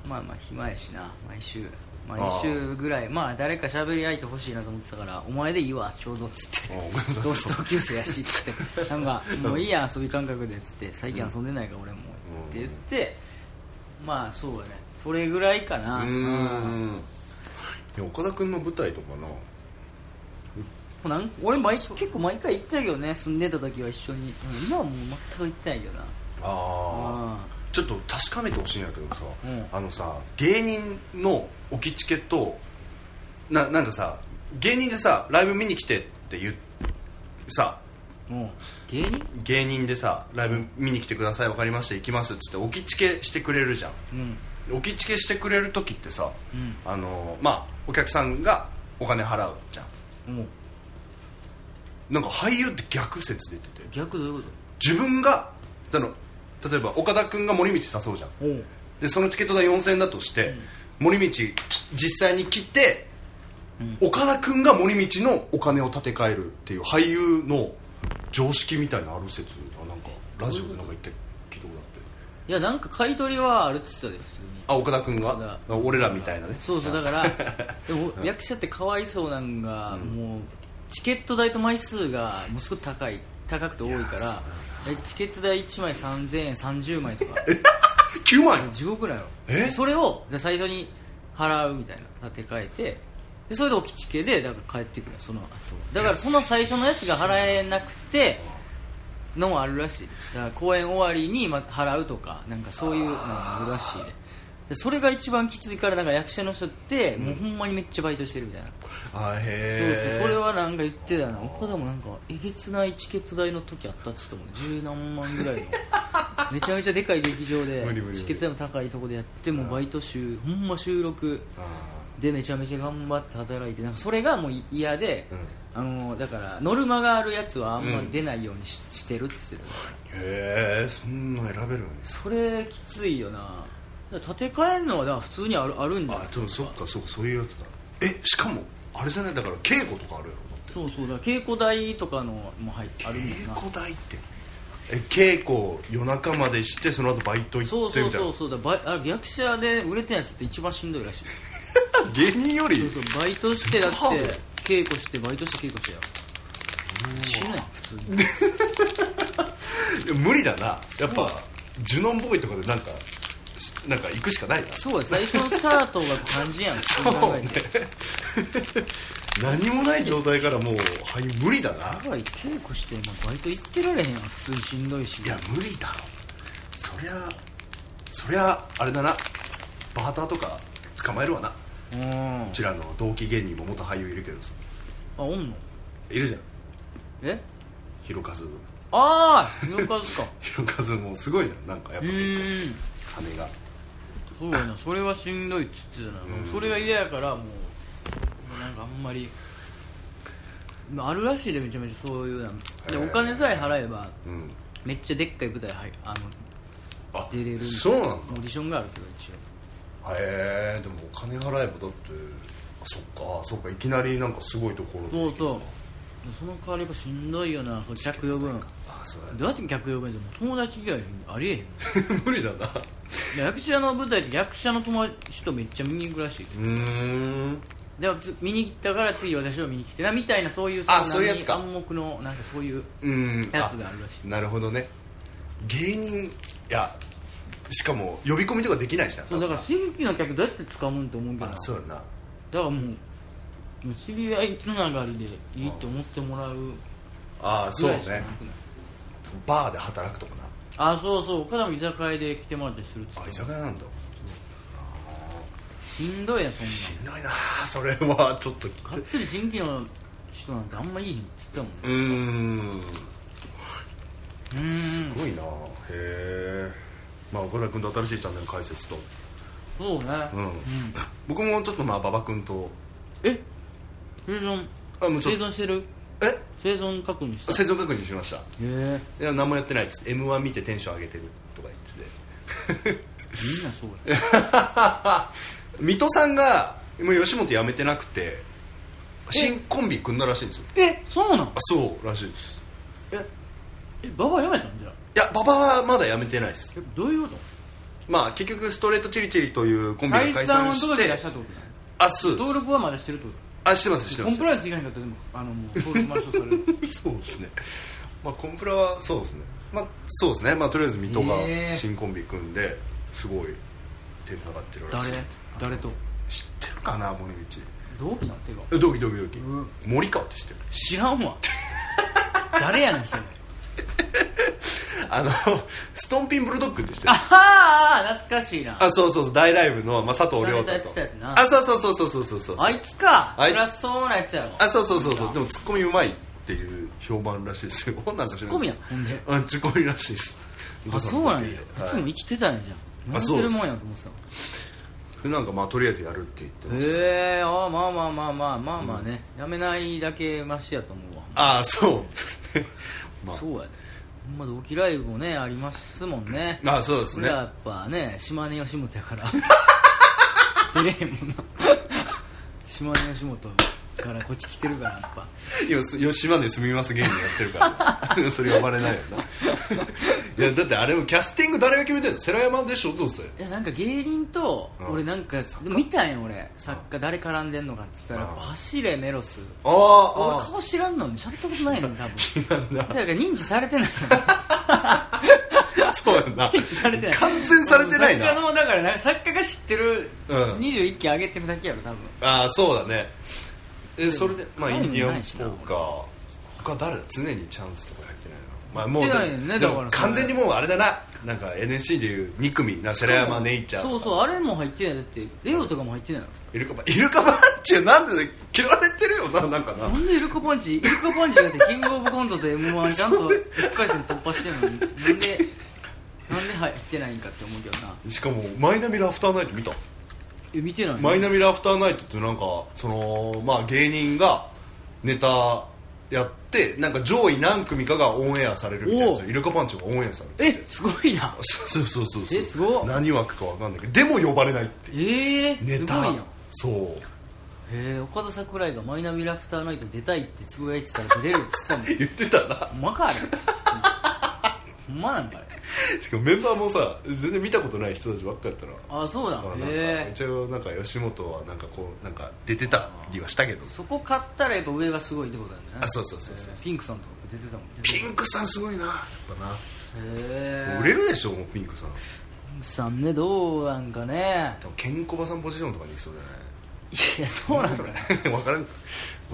Speaker 2: あ、まあまあ暇やしな毎週毎週ぐらいまあ誰か喋り合えてほしいなと思ってたから「お前でいいわちょうど」っつって
Speaker 1: あごめんなさい
Speaker 2: どうし同級生やし」っつって「なんかもういいやん遊び感覚で」っつって「最近遊んでないから俺も」って言ってまあそうだねそれぐらいかな
Speaker 1: うーんいや岡田君の舞台とかな
Speaker 2: なん俺毎結構毎回行ってるけどね住んでた時は一緒に、うん、今はもう全く行ってないけどな
Speaker 1: ああ
Speaker 2: あ
Speaker 1: ちょっと確かめてほしいんだけどさ、
Speaker 2: うん
Speaker 1: あのさ芸人の置きチケとななんかさ芸人でさライブ見に来てって言うさ
Speaker 2: うん芸人
Speaker 1: 芸人でさライブ見に来てください分かりました行きますっつって置きチケしてくれるじゃん
Speaker 2: うん
Speaker 1: 置きチケしてくれる時ってさ、
Speaker 2: うん
Speaker 1: あのまあお客さんがお金払うじゃん
Speaker 2: もう
Speaker 1: なんか俳優って逆説出てて
Speaker 2: 逆どういうこ
Speaker 1: 自分がその例えば岡田君が森道誘うじゃん
Speaker 2: とおう
Speaker 1: でそのチケット代4000円だとして、森道き実際に来て、
Speaker 2: うん
Speaker 1: 岡田君が森道のお金を立て替えるっていう俳優の常識みたいなある説がなんかラジオでなんか言って聞いたことあって
Speaker 2: いやなんか買い取りはあるって言ってたで普通に
Speaker 1: あ岡田君
Speaker 2: 岡
Speaker 1: が俺らみたいなね
Speaker 2: そうそうだから でも役者ってかわいそうなんが、もうチケット代と枚数がもうすごく高い高くて多いからえチケット代1枚3000円30枚とか
Speaker 1: 9万円
Speaker 2: 地獄なの
Speaker 1: え
Speaker 2: それをで最初に払うみたいな立て替えてでそれで置きチケでだから帰ってくるその後だからその最初のやつが払えなくてのもあるらしいだから公演終わりにま払うとかなんかそういうのもあるらしいでそれが一番きついからなんか役者の人ってもうほんまにめっちゃバイトしてるみたいな、
Speaker 1: あ
Speaker 2: そうそ
Speaker 1: へ
Speaker 2: う
Speaker 1: え
Speaker 2: それはなんか言ってたな岡田もなんかえげつないチケット代の時あったっつってもんね十何万ぐら いのめちゃめちゃでかい劇場で
Speaker 1: 無理無理無理
Speaker 2: チケット代も高いとこでやってもうバイト週ほんま収録でめちゃめちゃ頑張って働いてなんかそれがもう嫌で、あのだからノルマがあるやつはあんま出ないようにし,、してるっつってた
Speaker 1: へえそんなの選べるのね
Speaker 2: それきついよなだから立て替えるのはだから普通にあるあるんだよ
Speaker 1: あでもそっかそうかそういうやつだえしかもあれじゃないだから稽古とかあるやろだって
Speaker 2: そうそうだから稽古代とかのも入ってあるんだよ
Speaker 1: 稽
Speaker 2: な
Speaker 1: 古代ってえ稽古夜中までしてその後バイト行
Speaker 2: そう
Speaker 1: って
Speaker 2: そ
Speaker 1: み
Speaker 2: う
Speaker 1: たいな
Speaker 2: そうそうだバイあ逆者で売れてないやつって一番しんどいらしい
Speaker 1: 芸人より
Speaker 2: そうそうバイトしてだって
Speaker 1: ハード
Speaker 2: 稽古してバイトして稽古してよ死ない普通に
Speaker 1: いや無理だなやっぱジュノンボーイとかでなんかしなんか行くしかないな
Speaker 2: そうだ最初のスタートが肝心やん普通に考えて、
Speaker 1: 何もない状態からもうはい無理だな
Speaker 2: やばい稽古して今バイト行ってられへんやん普通にしんどいし
Speaker 1: いや無理だろそりゃそりゃあれだなバーターとか捕まえるわな
Speaker 2: うんあ
Speaker 1: うちらの同期芸人も元俳優いるけどさ
Speaker 2: おんの
Speaker 1: いるじゃん
Speaker 2: え
Speaker 1: ひろかず
Speaker 2: ああよかずか
Speaker 1: ひろかずもすごいじゃんなんかやっ
Speaker 2: う
Speaker 1: ぱ結
Speaker 2: ー ん
Speaker 1: 構羽が
Speaker 2: そうやなそれはしんどいっつってたなそれが嫌やからもうなんかあんまりまああるらしいでめちゃめちゃそういうなんで
Speaker 1: へー
Speaker 2: お金さえ払えば
Speaker 1: うん
Speaker 2: めっちゃでっかい舞台はいあの
Speaker 1: あ
Speaker 2: 出れるみたいな
Speaker 1: そうなんだ
Speaker 2: オーディションがあるけど一応
Speaker 1: へえでもお金払えばだってあそっかそっかいきなりなんかすごいところ
Speaker 2: そうそうその代わりやっぱしんどいよなその客呼ぶん
Speaker 1: あそう
Speaker 2: どうやって客呼ぶんでも友達以外ありえへんもん
Speaker 1: だ無理だない
Speaker 2: や役者の舞台って役者の友達とめっちゃ見に行くらしいう
Speaker 1: ーん
Speaker 2: でつ見に行ったから次私を見に来てなみたいなそういう
Speaker 1: あ
Speaker 2: の
Speaker 1: そういうやつか
Speaker 2: 暗黙のなんかそういう
Speaker 1: うん
Speaker 2: やつがあるらしい
Speaker 1: あなるほどね芸人いやしかも呼び込みとかできないしな
Speaker 2: そうだから新規の客どうやって掴むんと思うけどな
Speaker 1: あそうやな
Speaker 2: だからもうもう知り合いつながりでいいと思ってもらう
Speaker 1: あ
Speaker 2: ぐ
Speaker 1: そう
Speaker 2: らいしかな
Speaker 1: ね
Speaker 2: くない
Speaker 1: バーで働くとかな
Speaker 2: あそうそう岡田も居酒屋で来てもらったりするっつ
Speaker 1: あ
Speaker 2: って
Speaker 1: 居
Speaker 2: た
Speaker 1: 酒屋なんだ
Speaker 2: しんどいやそん
Speaker 1: しんどいなそれはちょっと
Speaker 2: なんがっつり新規の人なんてあんまいいって言って
Speaker 1: うーん
Speaker 2: たもんねうん
Speaker 1: すごいなへえまあ岡田君と新しいチャンネル解説と
Speaker 2: そうね
Speaker 1: うん僕もちょっとまあ馬場君と
Speaker 2: え生存
Speaker 1: あもうち
Speaker 2: 生
Speaker 1: ょっと
Speaker 2: 存してる
Speaker 1: え
Speaker 2: 生存確認した
Speaker 1: 生存確認しました
Speaker 2: へえ
Speaker 1: いや何もやってないっつって m 1見てテンション上げてる とか言ってて
Speaker 2: みんなそうや
Speaker 1: 水戸さんがもう吉本辞めてなくて新コンビ組んだらしいんですよ
Speaker 2: えそうなん
Speaker 1: あそうらしいです
Speaker 2: ええババアやめたんじゃあ
Speaker 1: いや馬場はまだ辞めてないです
Speaker 2: えどういうこと
Speaker 1: まあ結局ストレートチリチリというコンビが
Speaker 2: 解
Speaker 1: 解
Speaker 2: 散
Speaker 1: 散
Speaker 2: はど
Speaker 1: し
Speaker 2: うやって
Speaker 1: て
Speaker 2: 出したってことだ
Speaker 1: あそうです
Speaker 2: 登録はまだしてるってこと
Speaker 1: あしてますして
Speaker 2: コ
Speaker 1: ま
Speaker 2: ン
Speaker 1: す
Speaker 2: プライアンス以外にだったらでもあのもう登録抹消され る
Speaker 1: そうですねまあコンプラはそうですねまあそうですねまあとりあえず水戸が
Speaker 2: へえ
Speaker 1: 新コンビ組んですごい手に上がってるらしい
Speaker 2: 誰誰と
Speaker 1: 知ってるかな森道
Speaker 2: 同期なの手が
Speaker 1: えドキドキドキ
Speaker 2: うん
Speaker 1: 森川って知ってる
Speaker 2: 知らん わ誰やねんそれ
Speaker 1: あのストンピンブルドッグって知って
Speaker 2: あ
Speaker 1: る
Speaker 2: はー懐かしいなあ
Speaker 1: あそうそうそう大ライブの、まあ、佐藤亮
Speaker 2: 誰
Speaker 1: 太
Speaker 2: と
Speaker 1: と
Speaker 2: やってたやつな
Speaker 1: あそうそうそうそうそうそうそう
Speaker 2: いつか
Speaker 1: あいつ
Speaker 2: 辛そうなやつやろ
Speaker 1: あそうそうそうそうでもツッコミうまいっていう評判らしいですよ なんか知
Speaker 2: ツ
Speaker 1: らないです
Speaker 2: ッコミ
Speaker 1: よ
Speaker 2: やほんで
Speaker 1: うんツッコミらしいです
Speaker 2: あそうなんやい
Speaker 1: はい
Speaker 2: つも生きてたんやじゃん
Speaker 1: あ
Speaker 2: 何
Speaker 1: そうで
Speaker 2: てる
Speaker 1: す
Speaker 2: もんやと思ってたわ
Speaker 1: なんかまあとりあえずやるって言ってました
Speaker 2: へえあまあまあまあまあまあまあね、やめないだけマシやと思うわ、
Speaker 1: ああそうま
Speaker 2: そうやでほんま同期ライブもねありますもんね
Speaker 1: ああそうです
Speaker 2: 俺
Speaker 1: ね
Speaker 2: らやっぱね島根吉本 やから出れへんもんな島根吉本からこっち来てるからやっぱ
Speaker 1: よすよ島根住みます芸人やってるから それ呼ばれないよないやだってあれもキャスティング誰が決めてんの世良山でしょどうせ
Speaker 2: いやなんか芸人と
Speaker 1: うん
Speaker 2: 俺なんかでも見たんよ俺作家誰絡んでんのかっつったら
Speaker 1: うん
Speaker 2: やっぱ走れメロス
Speaker 1: あ
Speaker 2: 俺
Speaker 1: あ
Speaker 2: 顔知らんのに喋ったことないのに多分
Speaker 1: なんだ
Speaker 2: だから認知されてない
Speaker 1: そうやん な
Speaker 2: 認知されてない
Speaker 1: 完全されてない
Speaker 2: 作家
Speaker 1: な
Speaker 2: のだからなんか作家が知ってる
Speaker 1: うん
Speaker 2: 21期上げてるだけやろ多分
Speaker 1: ああそうだねえそれでまあイ
Speaker 2: 何も
Speaker 1: ンディア
Speaker 2: な
Speaker 1: ン
Speaker 2: いしな
Speaker 1: ポーカー他誰だ常にチャンスとか入ってないなまあも
Speaker 2: 入
Speaker 1: う
Speaker 2: ってないよね
Speaker 1: でも
Speaker 2: だからそ
Speaker 1: 完
Speaker 2: れ
Speaker 1: 全にもうあれだななんか NSC でいう2組な世良山ネイチャー
Speaker 2: そうそうあれも入ってないだってレオとかも入ってないの
Speaker 1: イルカバイルカバッチはなんで嫌われてるよななんかな
Speaker 2: なんでイルカパンチイルカパンチだってキングオブコントと m 1ちゃんと1回戦突破してるのになんでなんで入ってないんかって思うけどな
Speaker 1: しかもマイナビラフターナイト見た
Speaker 2: え見てない
Speaker 1: マイナビラフターナイトってなんかそのまあ芸人がネタやってなんか上位何組かがオンエアされるみたいなやつ
Speaker 2: おう
Speaker 1: イルカパンチがオンエアされる
Speaker 2: えすごいな
Speaker 1: そうそうそうそう
Speaker 2: えすごっ
Speaker 1: 何枠かわかんないけどでも呼ばれないっていう
Speaker 2: ええ
Speaker 1: ネ
Speaker 2: すごい
Speaker 1: タ
Speaker 2: やん
Speaker 1: そう
Speaker 2: へえ岡田桜井が「マイナビラフターナイト出たい」ってつぶやいてたら出れるっつってたもん
Speaker 1: 言ってたな
Speaker 2: ほんまかあれほんまなんかあれ
Speaker 1: しかもメンバーもさ全然見たことない人たちばっかやったら
Speaker 2: あそうだ
Speaker 1: まあなんか
Speaker 2: へえ
Speaker 1: 一応なんか吉本はなんかこうなんか出てたりはしたけど
Speaker 2: そこ買ったらやっぱ上がすごいってことなんだね
Speaker 1: あそうそうそうそう
Speaker 2: へえピンクさんとかやっぱ出てたもん出て
Speaker 1: ピンクさんすごいなやっぱ
Speaker 2: たへ
Speaker 1: な
Speaker 2: え
Speaker 1: 売れるでしょもうピンクさん
Speaker 2: ピンクさんねどうなんかね
Speaker 1: 多分ケンコバさんポジションとかにいきそうじゃない
Speaker 2: いやどうなんかね
Speaker 1: 分からん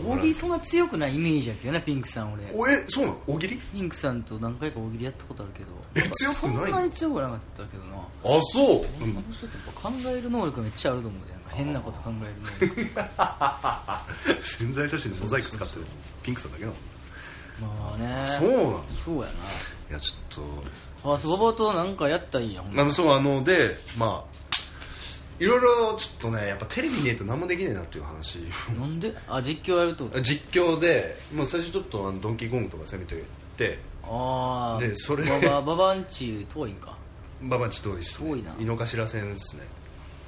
Speaker 2: 大喜利そんな強くないイメージやけどねピンクさん俺
Speaker 1: おえそうなの大喜利
Speaker 2: ピンクさんと何回か大喜利やったことあるけど
Speaker 1: え強くないの
Speaker 2: そんなに強くなかったけどな
Speaker 1: あそう、
Speaker 2: あの人ってやっぱ考える能力めっちゃあると思うでなんか変なこと考える能力
Speaker 1: 潜在写真でモザイク使ってるピンクさんだけなの
Speaker 2: まあね
Speaker 1: そうなの
Speaker 2: そうや
Speaker 1: いやちょっ
Speaker 2: なあそばばとなんかやったらいいやんほん
Speaker 1: とあ
Speaker 2: ま
Speaker 1: のそうあのでまあいろいろちょっとねやっぱテレビねえと何もできねえなっていう話
Speaker 2: なんであ実況やるってこ と
Speaker 1: 実況で、まあ、最初ちょっとあのドンキーコングとか攻めていって
Speaker 2: ああ
Speaker 1: でそれ
Speaker 2: ババババンチ遠いんか
Speaker 1: ババンチ遠いっす、ね、
Speaker 2: 遠いな
Speaker 1: 井の頭線ですね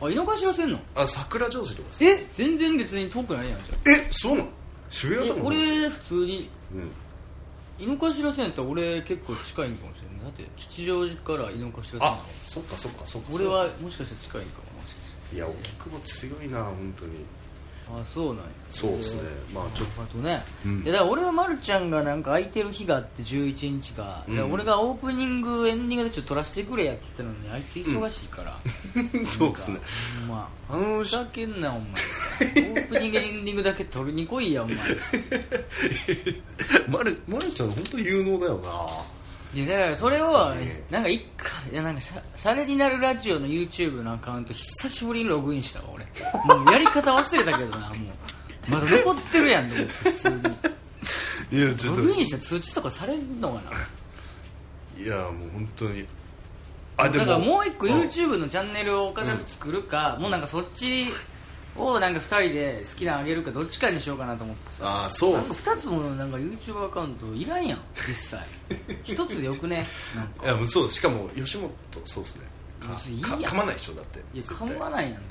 Speaker 2: あ井の頭線の
Speaker 1: あ桜上水とかっす
Speaker 2: え全然別に遠くないやんじゃ
Speaker 1: えそうなの渋谷
Speaker 2: ん
Speaker 1: だ
Speaker 2: え
Speaker 1: もん
Speaker 2: 俺普通に
Speaker 1: うん
Speaker 2: 井の頭線やったら俺結構近いんかもしれないだって吉祥寺から井の頭線なの
Speaker 1: あそっかそっかそっか
Speaker 2: 俺はもしかしたら近いんかももしかし
Speaker 1: いや大きくも強いな本当に
Speaker 2: てあそうなんや
Speaker 1: そうですねまあちょっ
Speaker 2: あとね、
Speaker 1: うん
Speaker 2: いやだから俺はまるちゃんがなんか空いてる日があって11日が、いや
Speaker 1: うん
Speaker 2: 俺がオープニングエンディングでちょっと撮らせてくれやって言ったのにあいつ忙しいから、
Speaker 1: と そうですね
Speaker 2: ほんま
Speaker 1: あの
Speaker 2: ふざけんなお前オープニングエンディングだけ撮りに来いやお前
Speaker 1: まるまるちゃん本当有能だよない
Speaker 2: やだからそれを
Speaker 1: ね
Speaker 2: なんか一回いやなんかしゃしゃれになるラジオの YouTube のアカウント久しぶりにログインしたわ俺もうやり方忘れたけどなもうまだ残ってるやんと思って普通に
Speaker 1: いやち
Speaker 2: ロ
Speaker 1: ょっ
Speaker 2: グイン
Speaker 1: と
Speaker 2: したら通知とかされんのかない
Speaker 1: やもう本当にあ
Speaker 2: だからもう一個
Speaker 1: ん
Speaker 2: YouTube のチャンネルを岡田と作るか、もうなんかそっちをなんか2人で好きなのあげるかどっちかにしようかなと思ってさ
Speaker 1: あーそう
Speaker 2: な
Speaker 1: っ
Speaker 2: んか
Speaker 1: す
Speaker 2: 2つもなんか YouTube アカウントいらんやん実際1つでよくねなん
Speaker 1: い
Speaker 2: か
Speaker 1: やもうそうしかも吉本そうですねか
Speaker 2: 別にいいや
Speaker 1: か
Speaker 2: ん
Speaker 1: 噛まない人だって
Speaker 2: いや
Speaker 1: 絶
Speaker 2: か
Speaker 1: 対
Speaker 2: まないやんそんな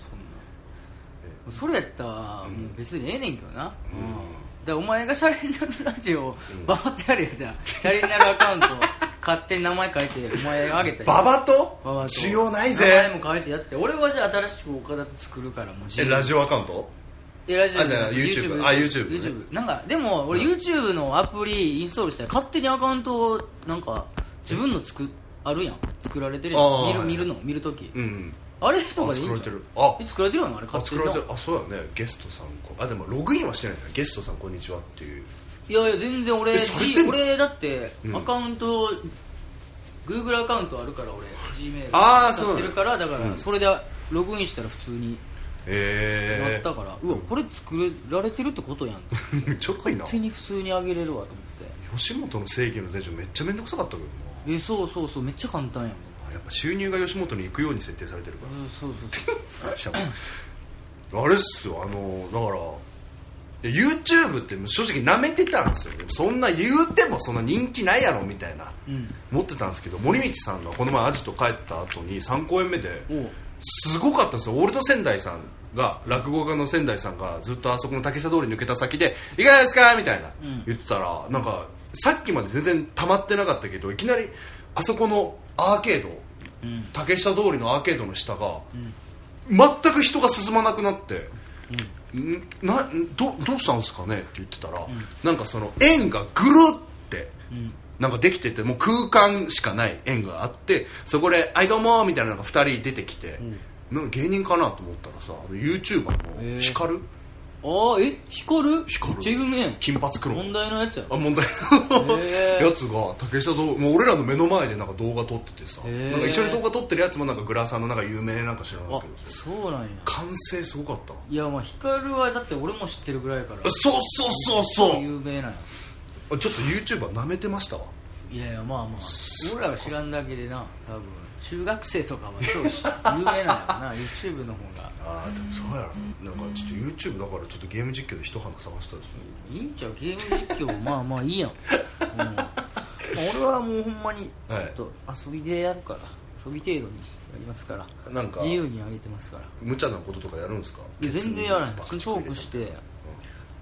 Speaker 2: それやったらもう別にええねんけどな、だからお前がシャレになるラジオをババってやるやんじゃんシャレになるアカ ウント勝手に名前書いてお前あげたやん
Speaker 1: ババ
Speaker 2: 馬場
Speaker 1: と
Speaker 2: と
Speaker 1: 需要ない
Speaker 2: 名
Speaker 1: ぜ
Speaker 2: 前も変えてやって俺はじゃあ新しく岡田と作るからもう自
Speaker 1: え
Speaker 2: 由
Speaker 1: ラジオアカウント
Speaker 2: えラジオ
Speaker 1: あじゃあ YouTube あ YouTube ね
Speaker 2: YouTube なんかでも俺 YouTube のアプリインストールしたら勝手にアカウントをなんか自分の作あるやん作られてるや
Speaker 1: あー
Speaker 2: ん見る
Speaker 1: はい
Speaker 2: 見るの見るとき
Speaker 1: うん
Speaker 2: あれとかでいいんじ
Speaker 1: あ
Speaker 2: ゃ
Speaker 1: 作られてる
Speaker 2: あ
Speaker 1: あ
Speaker 2: いつ作られてるよねあれ勝手
Speaker 1: 作
Speaker 2: に
Speaker 1: ら
Speaker 2: な
Speaker 1: れてるあそうだよねゲストさんこあでもログインはしてないんだゲストさんこんにちはっていう
Speaker 2: いやいや全然俺
Speaker 1: えされてんの
Speaker 2: 俺だって
Speaker 1: うん
Speaker 2: アカウント、Google アカウントあるから俺 Gmail
Speaker 1: あー
Speaker 2: 使ってるからだからそれでログインしたら普通に
Speaker 1: え
Speaker 2: なっ
Speaker 1: え
Speaker 2: たから、うわこれ作られてるってことやんって
Speaker 1: ー、ちょっといな
Speaker 2: 普通に普通にあげれるわと思って
Speaker 1: 吉本の正義の店長めっちゃ面倒くさかったけどな
Speaker 2: えそうそうそうめっちゃ簡単やん
Speaker 1: あやっぱ収入が吉本に行くように設定されてるか
Speaker 2: うんそうそう
Speaker 1: らしかもあれっすよあのだからいや YouTube って正直なめてたんですよそんな言うてもそんな人気ないやろみたいな
Speaker 2: うん
Speaker 1: 持ってたんですけど森道さんがこの前アジト帰った後に3公演目で
Speaker 2: おう
Speaker 1: すごかったんですよ俺と仙台さんが落語家の仙台さんがずっとあそこの竹下通り抜けた先で「いかがですか?」みたいな、
Speaker 2: うん
Speaker 1: 言ってたらなんかさっきまで全然溜まってなかったけどいきなりあそこのアーケード
Speaker 2: うん
Speaker 1: 竹下通りのアーケードの下が、
Speaker 2: ん
Speaker 1: 全く人が進まなくなって。んなどどうしたんですかねって言ってたら、なんかその円がぐるって
Speaker 2: うん
Speaker 1: なんかできててもう空間しかない円があってそこで「はいどうも」みたいなのが2人出てきて、なんか芸人かなと思ったらさあの YouTuber
Speaker 2: へー
Speaker 1: の光る
Speaker 2: ああえ光る
Speaker 1: 光る
Speaker 2: チェグメン
Speaker 1: 金髪黒
Speaker 2: 問題のやつや
Speaker 1: あ
Speaker 2: ろ
Speaker 1: 問題
Speaker 2: へー
Speaker 1: の やつが竹下通りもう俺らの目の前でなんか動画撮っててさ
Speaker 2: へー
Speaker 1: なんか一緒に動画撮ってるやつもなんかグラサーのなんか有名なんか知らない
Speaker 2: あ
Speaker 1: けどさ
Speaker 2: そうなんや
Speaker 1: 完成すごかった
Speaker 2: いやまあ光はだって俺も知ってるぐらいから
Speaker 1: そうそうそうそう
Speaker 2: 有名なんや
Speaker 1: あちょっと YouTuber なめてましたわ
Speaker 2: いやいやまあまあ俺らが知らんだけでな多分中学生とかは超 知有名なんやろな YouTube の方が
Speaker 1: ああでもそうやろなんかちょっと YouTube だからちょっとゲーム実況で一花探したりする
Speaker 2: いいんちゃうゲーム実況まあまあいいやん、うんまあ俺はもうほんまにちょ
Speaker 1: はい
Speaker 2: っと遊びでやるから、遊び程度にやりますから
Speaker 1: なんか
Speaker 2: 自由にあげてますから
Speaker 1: 無茶なこととかやるんですか
Speaker 2: いや全然やらない
Speaker 1: バ
Speaker 2: ト
Speaker 1: カチンコ入
Speaker 2: ー
Speaker 1: れた
Speaker 2: ク
Speaker 1: り
Speaker 2: して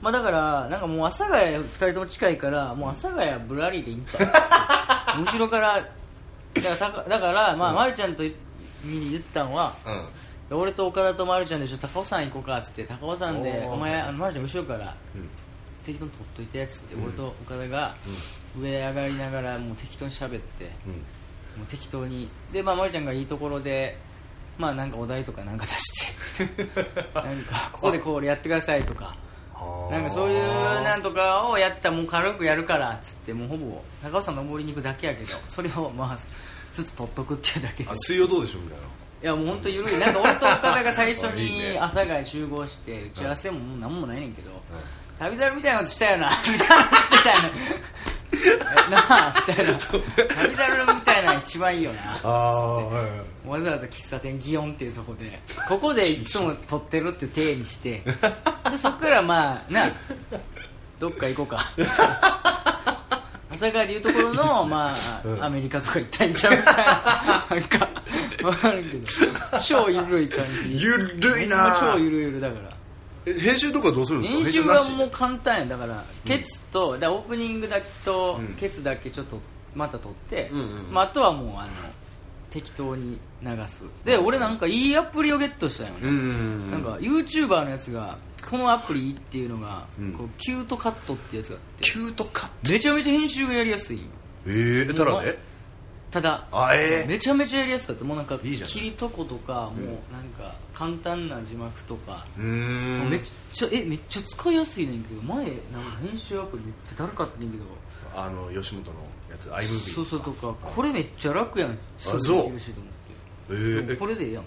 Speaker 2: まあだからなんかもう阿佐ヶ谷2人とも近いからもう阿佐ヶ谷ぶらりでいいんちゃ う後ろからだからたかだからまあ、まるちゃんとに言ったんは
Speaker 1: うん
Speaker 2: 俺と岡田とまるちゃんでちょっと高尾山行こうかっつって高尾山で
Speaker 1: おー
Speaker 2: お前あのまるちゃん後ろから
Speaker 1: うん
Speaker 2: 適当に取っといてっつって、俺と岡田が上上がりながらもう適当に喋って、
Speaker 1: うん
Speaker 2: もう適当にでまあまるちゃんがいいところでまあなんかお題とかなんか出して なんかここでこれやってくださいとか
Speaker 1: あー
Speaker 2: なんかそういうなんとかをやったらもう軽くやるからっつってもうほぼ高尾山登りに行くだけやけどそれをまあずっと取っとくっていうだけで
Speaker 1: あ水曜どうでしょうみたいない
Speaker 2: やもう本当ゆるいなんか俺と岡田が最初
Speaker 1: いい
Speaker 2: に
Speaker 1: ね
Speaker 2: 阿佐ヶ谷集合して打ち合わせももう何もないねんけど、旅猿みたいなことしたよな みたいなことしてたよなえな あみたいな旅猿みたいなの一番いいよな
Speaker 1: ああーはいはい
Speaker 2: わざわざ喫茶店祇園っていうとこでここでいつも撮ってるって体に してでそっからまあなどっか行こうか阿佐ヶ谷でいうところのまあ、
Speaker 1: うん
Speaker 2: アメリカとか行ったんちゃうみたいななんか分かるけど超ゆるい感じ
Speaker 1: ゆるいな
Speaker 2: ほんま超ゆるゆるだから
Speaker 1: え編集とかどうするんですか
Speaker 2: 練習はも
Speaker 1: う
Speaker 2: う簡単やだからケツと、だからオープニングだけと
Speaker 1: うん
Speaker 2: ケツだけちょっとまた撮って、
Speaker 1: うんうんうん
Speaker 2: まあ、あとはもうあの適当に流すで俺なんかいいアプリをゲットしたよ
Speaker 1: う
Speaker 2: ね、
Speaker 1: ん
Speaker 2: なんか YouTuber のやつがこのアプリっていうのが、
Speaker 1: うん
Speaker 2: こうキュートカットってやつがあって
Speaker 1: キュートカット
Speaker 2: めちゃめちゃ編集がやりやすい
Speaker 1: ええたらで
Speaker 2: ただ
Speaker 1: あええ
Speaker 2: めちゃめちゃやりやすかったもうなんか
Speaker 1: いいじゃん
Speaker 2: 切りとことか、もうなんか簡単な字幕とか、
Speaker 1: うーん
Speaker 2: めっちゃえめっちゃ使いやすいねんけど前なんか編集アプリめっちゃだるかったねんけど
Speaker 1: あの吉本のやつ
Speaker 2: そう
Speaker 1: iMovie
Speaker 2: そうとかこれめっちゃ楽やんすぐ
Speaker 1: そう
Speaker 2: できるしと思
Speaker 1: え
Speaker 2: ってで
Speaker 1: ー
Speaker 2: も
Speaker 1: え
Speaker 2: これでええやん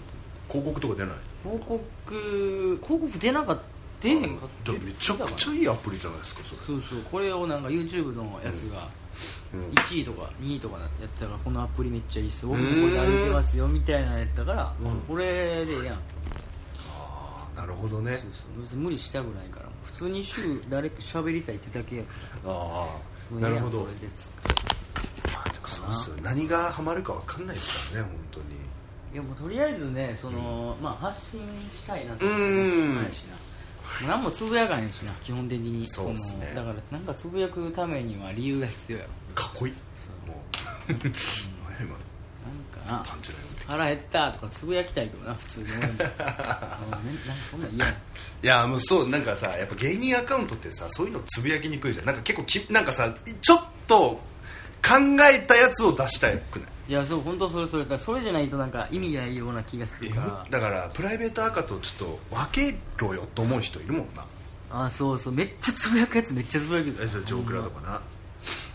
Speaker 1: 広告とか出ない
Speaker 2: と広告広告出なかった出へんかった
Speaker 1: だからめちゃくちゃいいアプリじゃないですかそれ
Speaker 2: そうそうこれをなんか YouTube のやつが
Speaker 1: うんうん
Speaker 2: 1位とか2位とかやったからこのアプリめっちゃいいっす僕もこれ歩いてますよみたいなのやったから
Speaker 1: うん
Speaker 2: これでええやん
Speaker 1: ああなるほどね
Speaker 2: そうそう別に無理したくないから普通に週誰か喋りたいってだけやか
Speaker 1: ああな
Speaker 2: ら
Speaker 1: るほど
Speaker 2: もうええやんそれでつって
Speaker 1: まあでもそうっすよ何がハマるかわかんないですからね本当に
Speaker 2: いやもうとりあえずねその、まあ発信したいなと
Speaker 1: うーん
Speaker 2: ないしなもう何もつぶやかへんしな基本的に
Speaker 1: そうっすね
Speaker 2: そのだからなんかつぶやくためには理由が必要やろ
Speaker 1: かっこいい
Speaker 2: そう
Speaker 1: もう 何や今
Speaker 2: なんかな
Speaker 1: パンチラ読んで
Speaker 2: 腹減ったとかつぶやきたいけどな普通に 俺もあのねなんかそんなん嫌や
Speaker 1: いやもうそうなんかさやっぱ芸人アカウントってさそういうのつぶやきにくいじゃんなんか結構きなんかさちょっと考えたやつを出したくない
Speaker 2: いやそう本当それそれだからそれじゃないとなんか意味ないような気がするから
Speaker 1: だからプライベート赤とちょっと分けろよと思う人いるもんな
Speaker 2: あそうそうめっちゃつぶやくやつめっちゃつぶやく
Speaker 1: えそれジョークラと
Speaker 2: か
Speaker 1: かな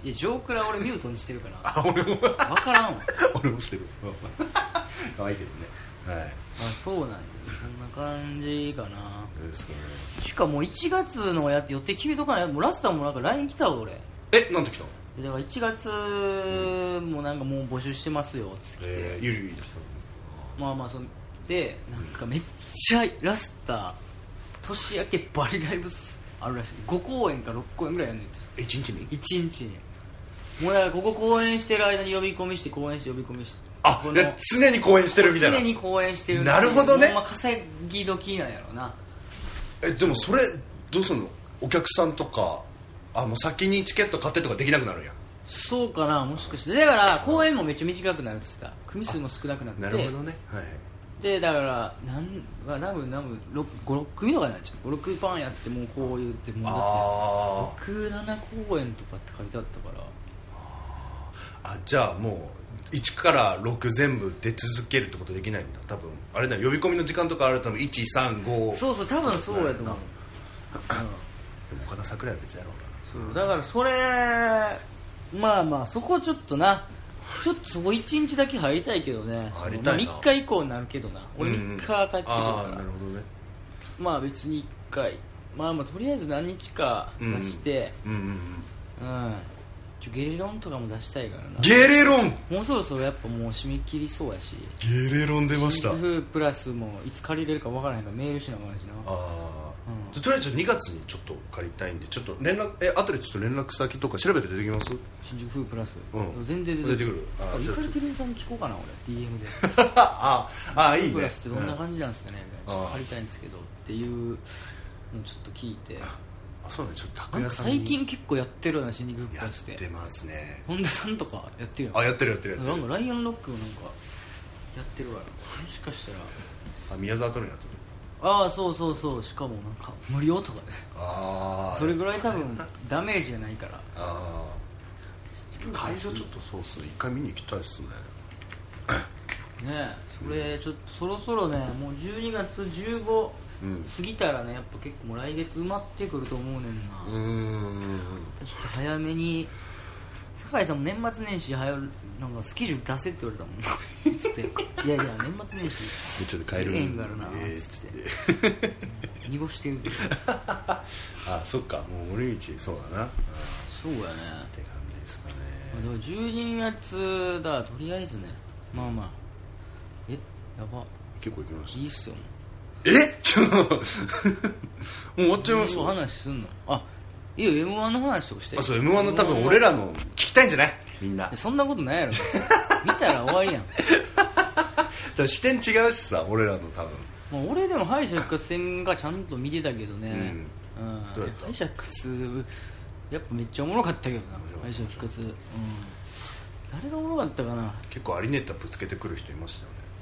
Speaker 1: い
Speaker 2: やジョークラ俺ミュートにしてるから
Speaker 1: あ俺も
Speaker 2: 分からんわ
Speaker 1: 俺もしてる 可愛いけどねはい
Speaker 2: あそうなんやそんな感じかな
Speaker 1: どうですかね
Speaker 2: しかも1月のやって予定決めとかないもうラスターもなんか LINE 来たわ俺
Speaker 1: えなんて来たの
Speaker 2: だから1月もなんかもう募集してますよつって、
Speaker 1: えー、ゆりゆりです
Speaker 2: まあまあそんでなんかめっちゃラスター年明けバリライブあるらしい5公演か6公演ぐらいやんねんって
Speaker 1: え一日に
Speaker 2: 1日にもうだからここ公演してる間に呼び込みして公演して呼び込みして
Speaker 1: あ
Speaker 2: この
Speaker 1: で常に公演してるみたいな
Speaker 2: 常に公演してる
Speaker 1: なるほどね
Speaker 2: ほんま稼ぎ時なんやろうな
Speaker 1: えでもそれどうすんのお客さんとかあもう先にチケット買ってとかできなくなるんや
Speaker 2: そうかなもしかしてだから公演もめっちゃ短くなるっつった組数も少なくなって
Speaker 1: ねはい
Speaker 2: でだからなんまあラムラム56組とかになっちゃう56パンやってもうこう言ってもうだ
Speaker 1: あ
Speaker 2: って67公演とかって書いてあったから
Speaker 1: ーあじゃあもう1から6全部出続けるってことできないんだ多分あれだよ呼び込みの時間とかある多分135
Speaker 2: そうそう多分そうや
Speaker 1: で
Speaker 2: と思う、
Speaker 1: も岡田桜井は別やろ
Speaker 2: うんそうだからそれまあまあそこちょっとなちょっとそこ1日だけ入りたいけどね
Speaker 1: 入りたいな
Speaker 2: 3日以降になるけどな
Speaker 1: う
Speaker 2: 俺
Speaker 1: な
Speaker 2: 3日帰ってくるから
Speaker 1: ああーなるほどね
Speaker 2: まあ別に1回まあまあとりあえず何日か出して
Speaker 1: うんうんうん
Speaker 2: うん、ちょゲレロンとかも出したいからな
Speaker 1: ゲレロン
Speaker 2: もうそろそろやっぱもう締め切りそうやし
Speaker 1: ゲレロン出ました
Speaker 2: 新婦プラスもいつ借りれるか分からへんからメールしなあかんしな
Speaker 1: あ
Speaker 2: う
Speaker 1: あ、じ
Speaker 2: ん
Speaker 1: ゃあとりあえず2月にちょっと借りたいんでちょっと連絡え後でちょっと連絡先とか調べて出てき ます
Speaker 2: 新宿風プラス、
Speaker 1: うん
Speaker 2: 全然
Speaker 1: 出てくるあ
Speaker 2: あ
Speaker 1: じ
Speaker 2: ゆ
Speaker 1: ゃあ
Speaker 2: かりてるみさんに聞こうかな俺 DM で
Speaker 1: あ ああいいね
Speaker 2: プラスってどんな感じなんですかねみたい
Speaker 1: うん
Speaker 2: なちょっと借りたいんですけどっていうのちょっと聞いて
Speaker 1: あそうねちょっと
Speaker 2: な
Speaker 1: 拓
Speaker 2: ん
Speaker 1: 哉
Speaker 2: か
Speaker 1: さんに
Speaker 2: 最近結構やってるような新宿風プ
Speaker 1: や
Speaker 2: ラスっ
Speaker 1: っててますね
Speaker 2: 本田さんとかやってるよ
Speaker 1: あやってるやってるやって
Speaker 2: なん
Speaker 1: る
Speaker 2: かライオンロックもなんかやってるわよもしかしたら
Speaker 1: あ宮沢とのやつ
Speaker 2: ああそうそうそうしかもなんか無料とかね
Speaker 1: ああ
Speaker 2: それぐらい多分ダメージがないから
Speaker 1: ああ会場ちょっとそうっすね一回見に行きたいっすね
Speaker 2: ねそれちょっとそろそろねもう12月15
Speaker 1: うん
Speaker 2: 過ぎたらねやっぱ結構もう来月埋まってくると思うねんな、
Speaker 1: うーん
Speaker 2: ちょっと早めに酒井さんも年末年始早うなんかスケジュール出せって言われたもん なつっていやいや年末年始
Speaker 1: ちょっと帰る
Speaker 2: ええんだろうな
Speaker 1: ええ
Speaker 2: つって
Speaker 1: つって
Speaker 2: 濁してるけど
Speaker 1: あそっかもう森道そうだなうんっ
Speaker 2: そうやね
Speaker 1: て感じですかね
Speaker 2: まあでも12月だからとりあえずねまあまあえやば
Speaker 1: 結構行きました
Speaker 2: いいっすよも
Speaker 1: え ちょっともう終わっちゃいま
Speaker 2: う
Speaker 1: す
Speaker 2: そう話すんのあいいよ m 1の話とかして
Speaker 1: あそう m 1の多分俺らの聞きたいんじゃないみんない
Speaker 2: やそんなこ とないやろ見たら終わりやん
Speaker 1: だから視点違うしさ俺らの多分
Speaker 2: まあ、俺でも敗者復活戦がちゃんと見てたけどね、うん
Speaker 1: どうやった
Speaker 2: 敗者復活やっぱめっちゃおもろかったけどな
Speaker 1: 面白かっ
Speaker 2: 敗
Speaker 1: た
Speaker 2: 者復活、うん、誰がおもろかったかな、
Speaker 1: 結構アリネッタぶつけてくる人いまし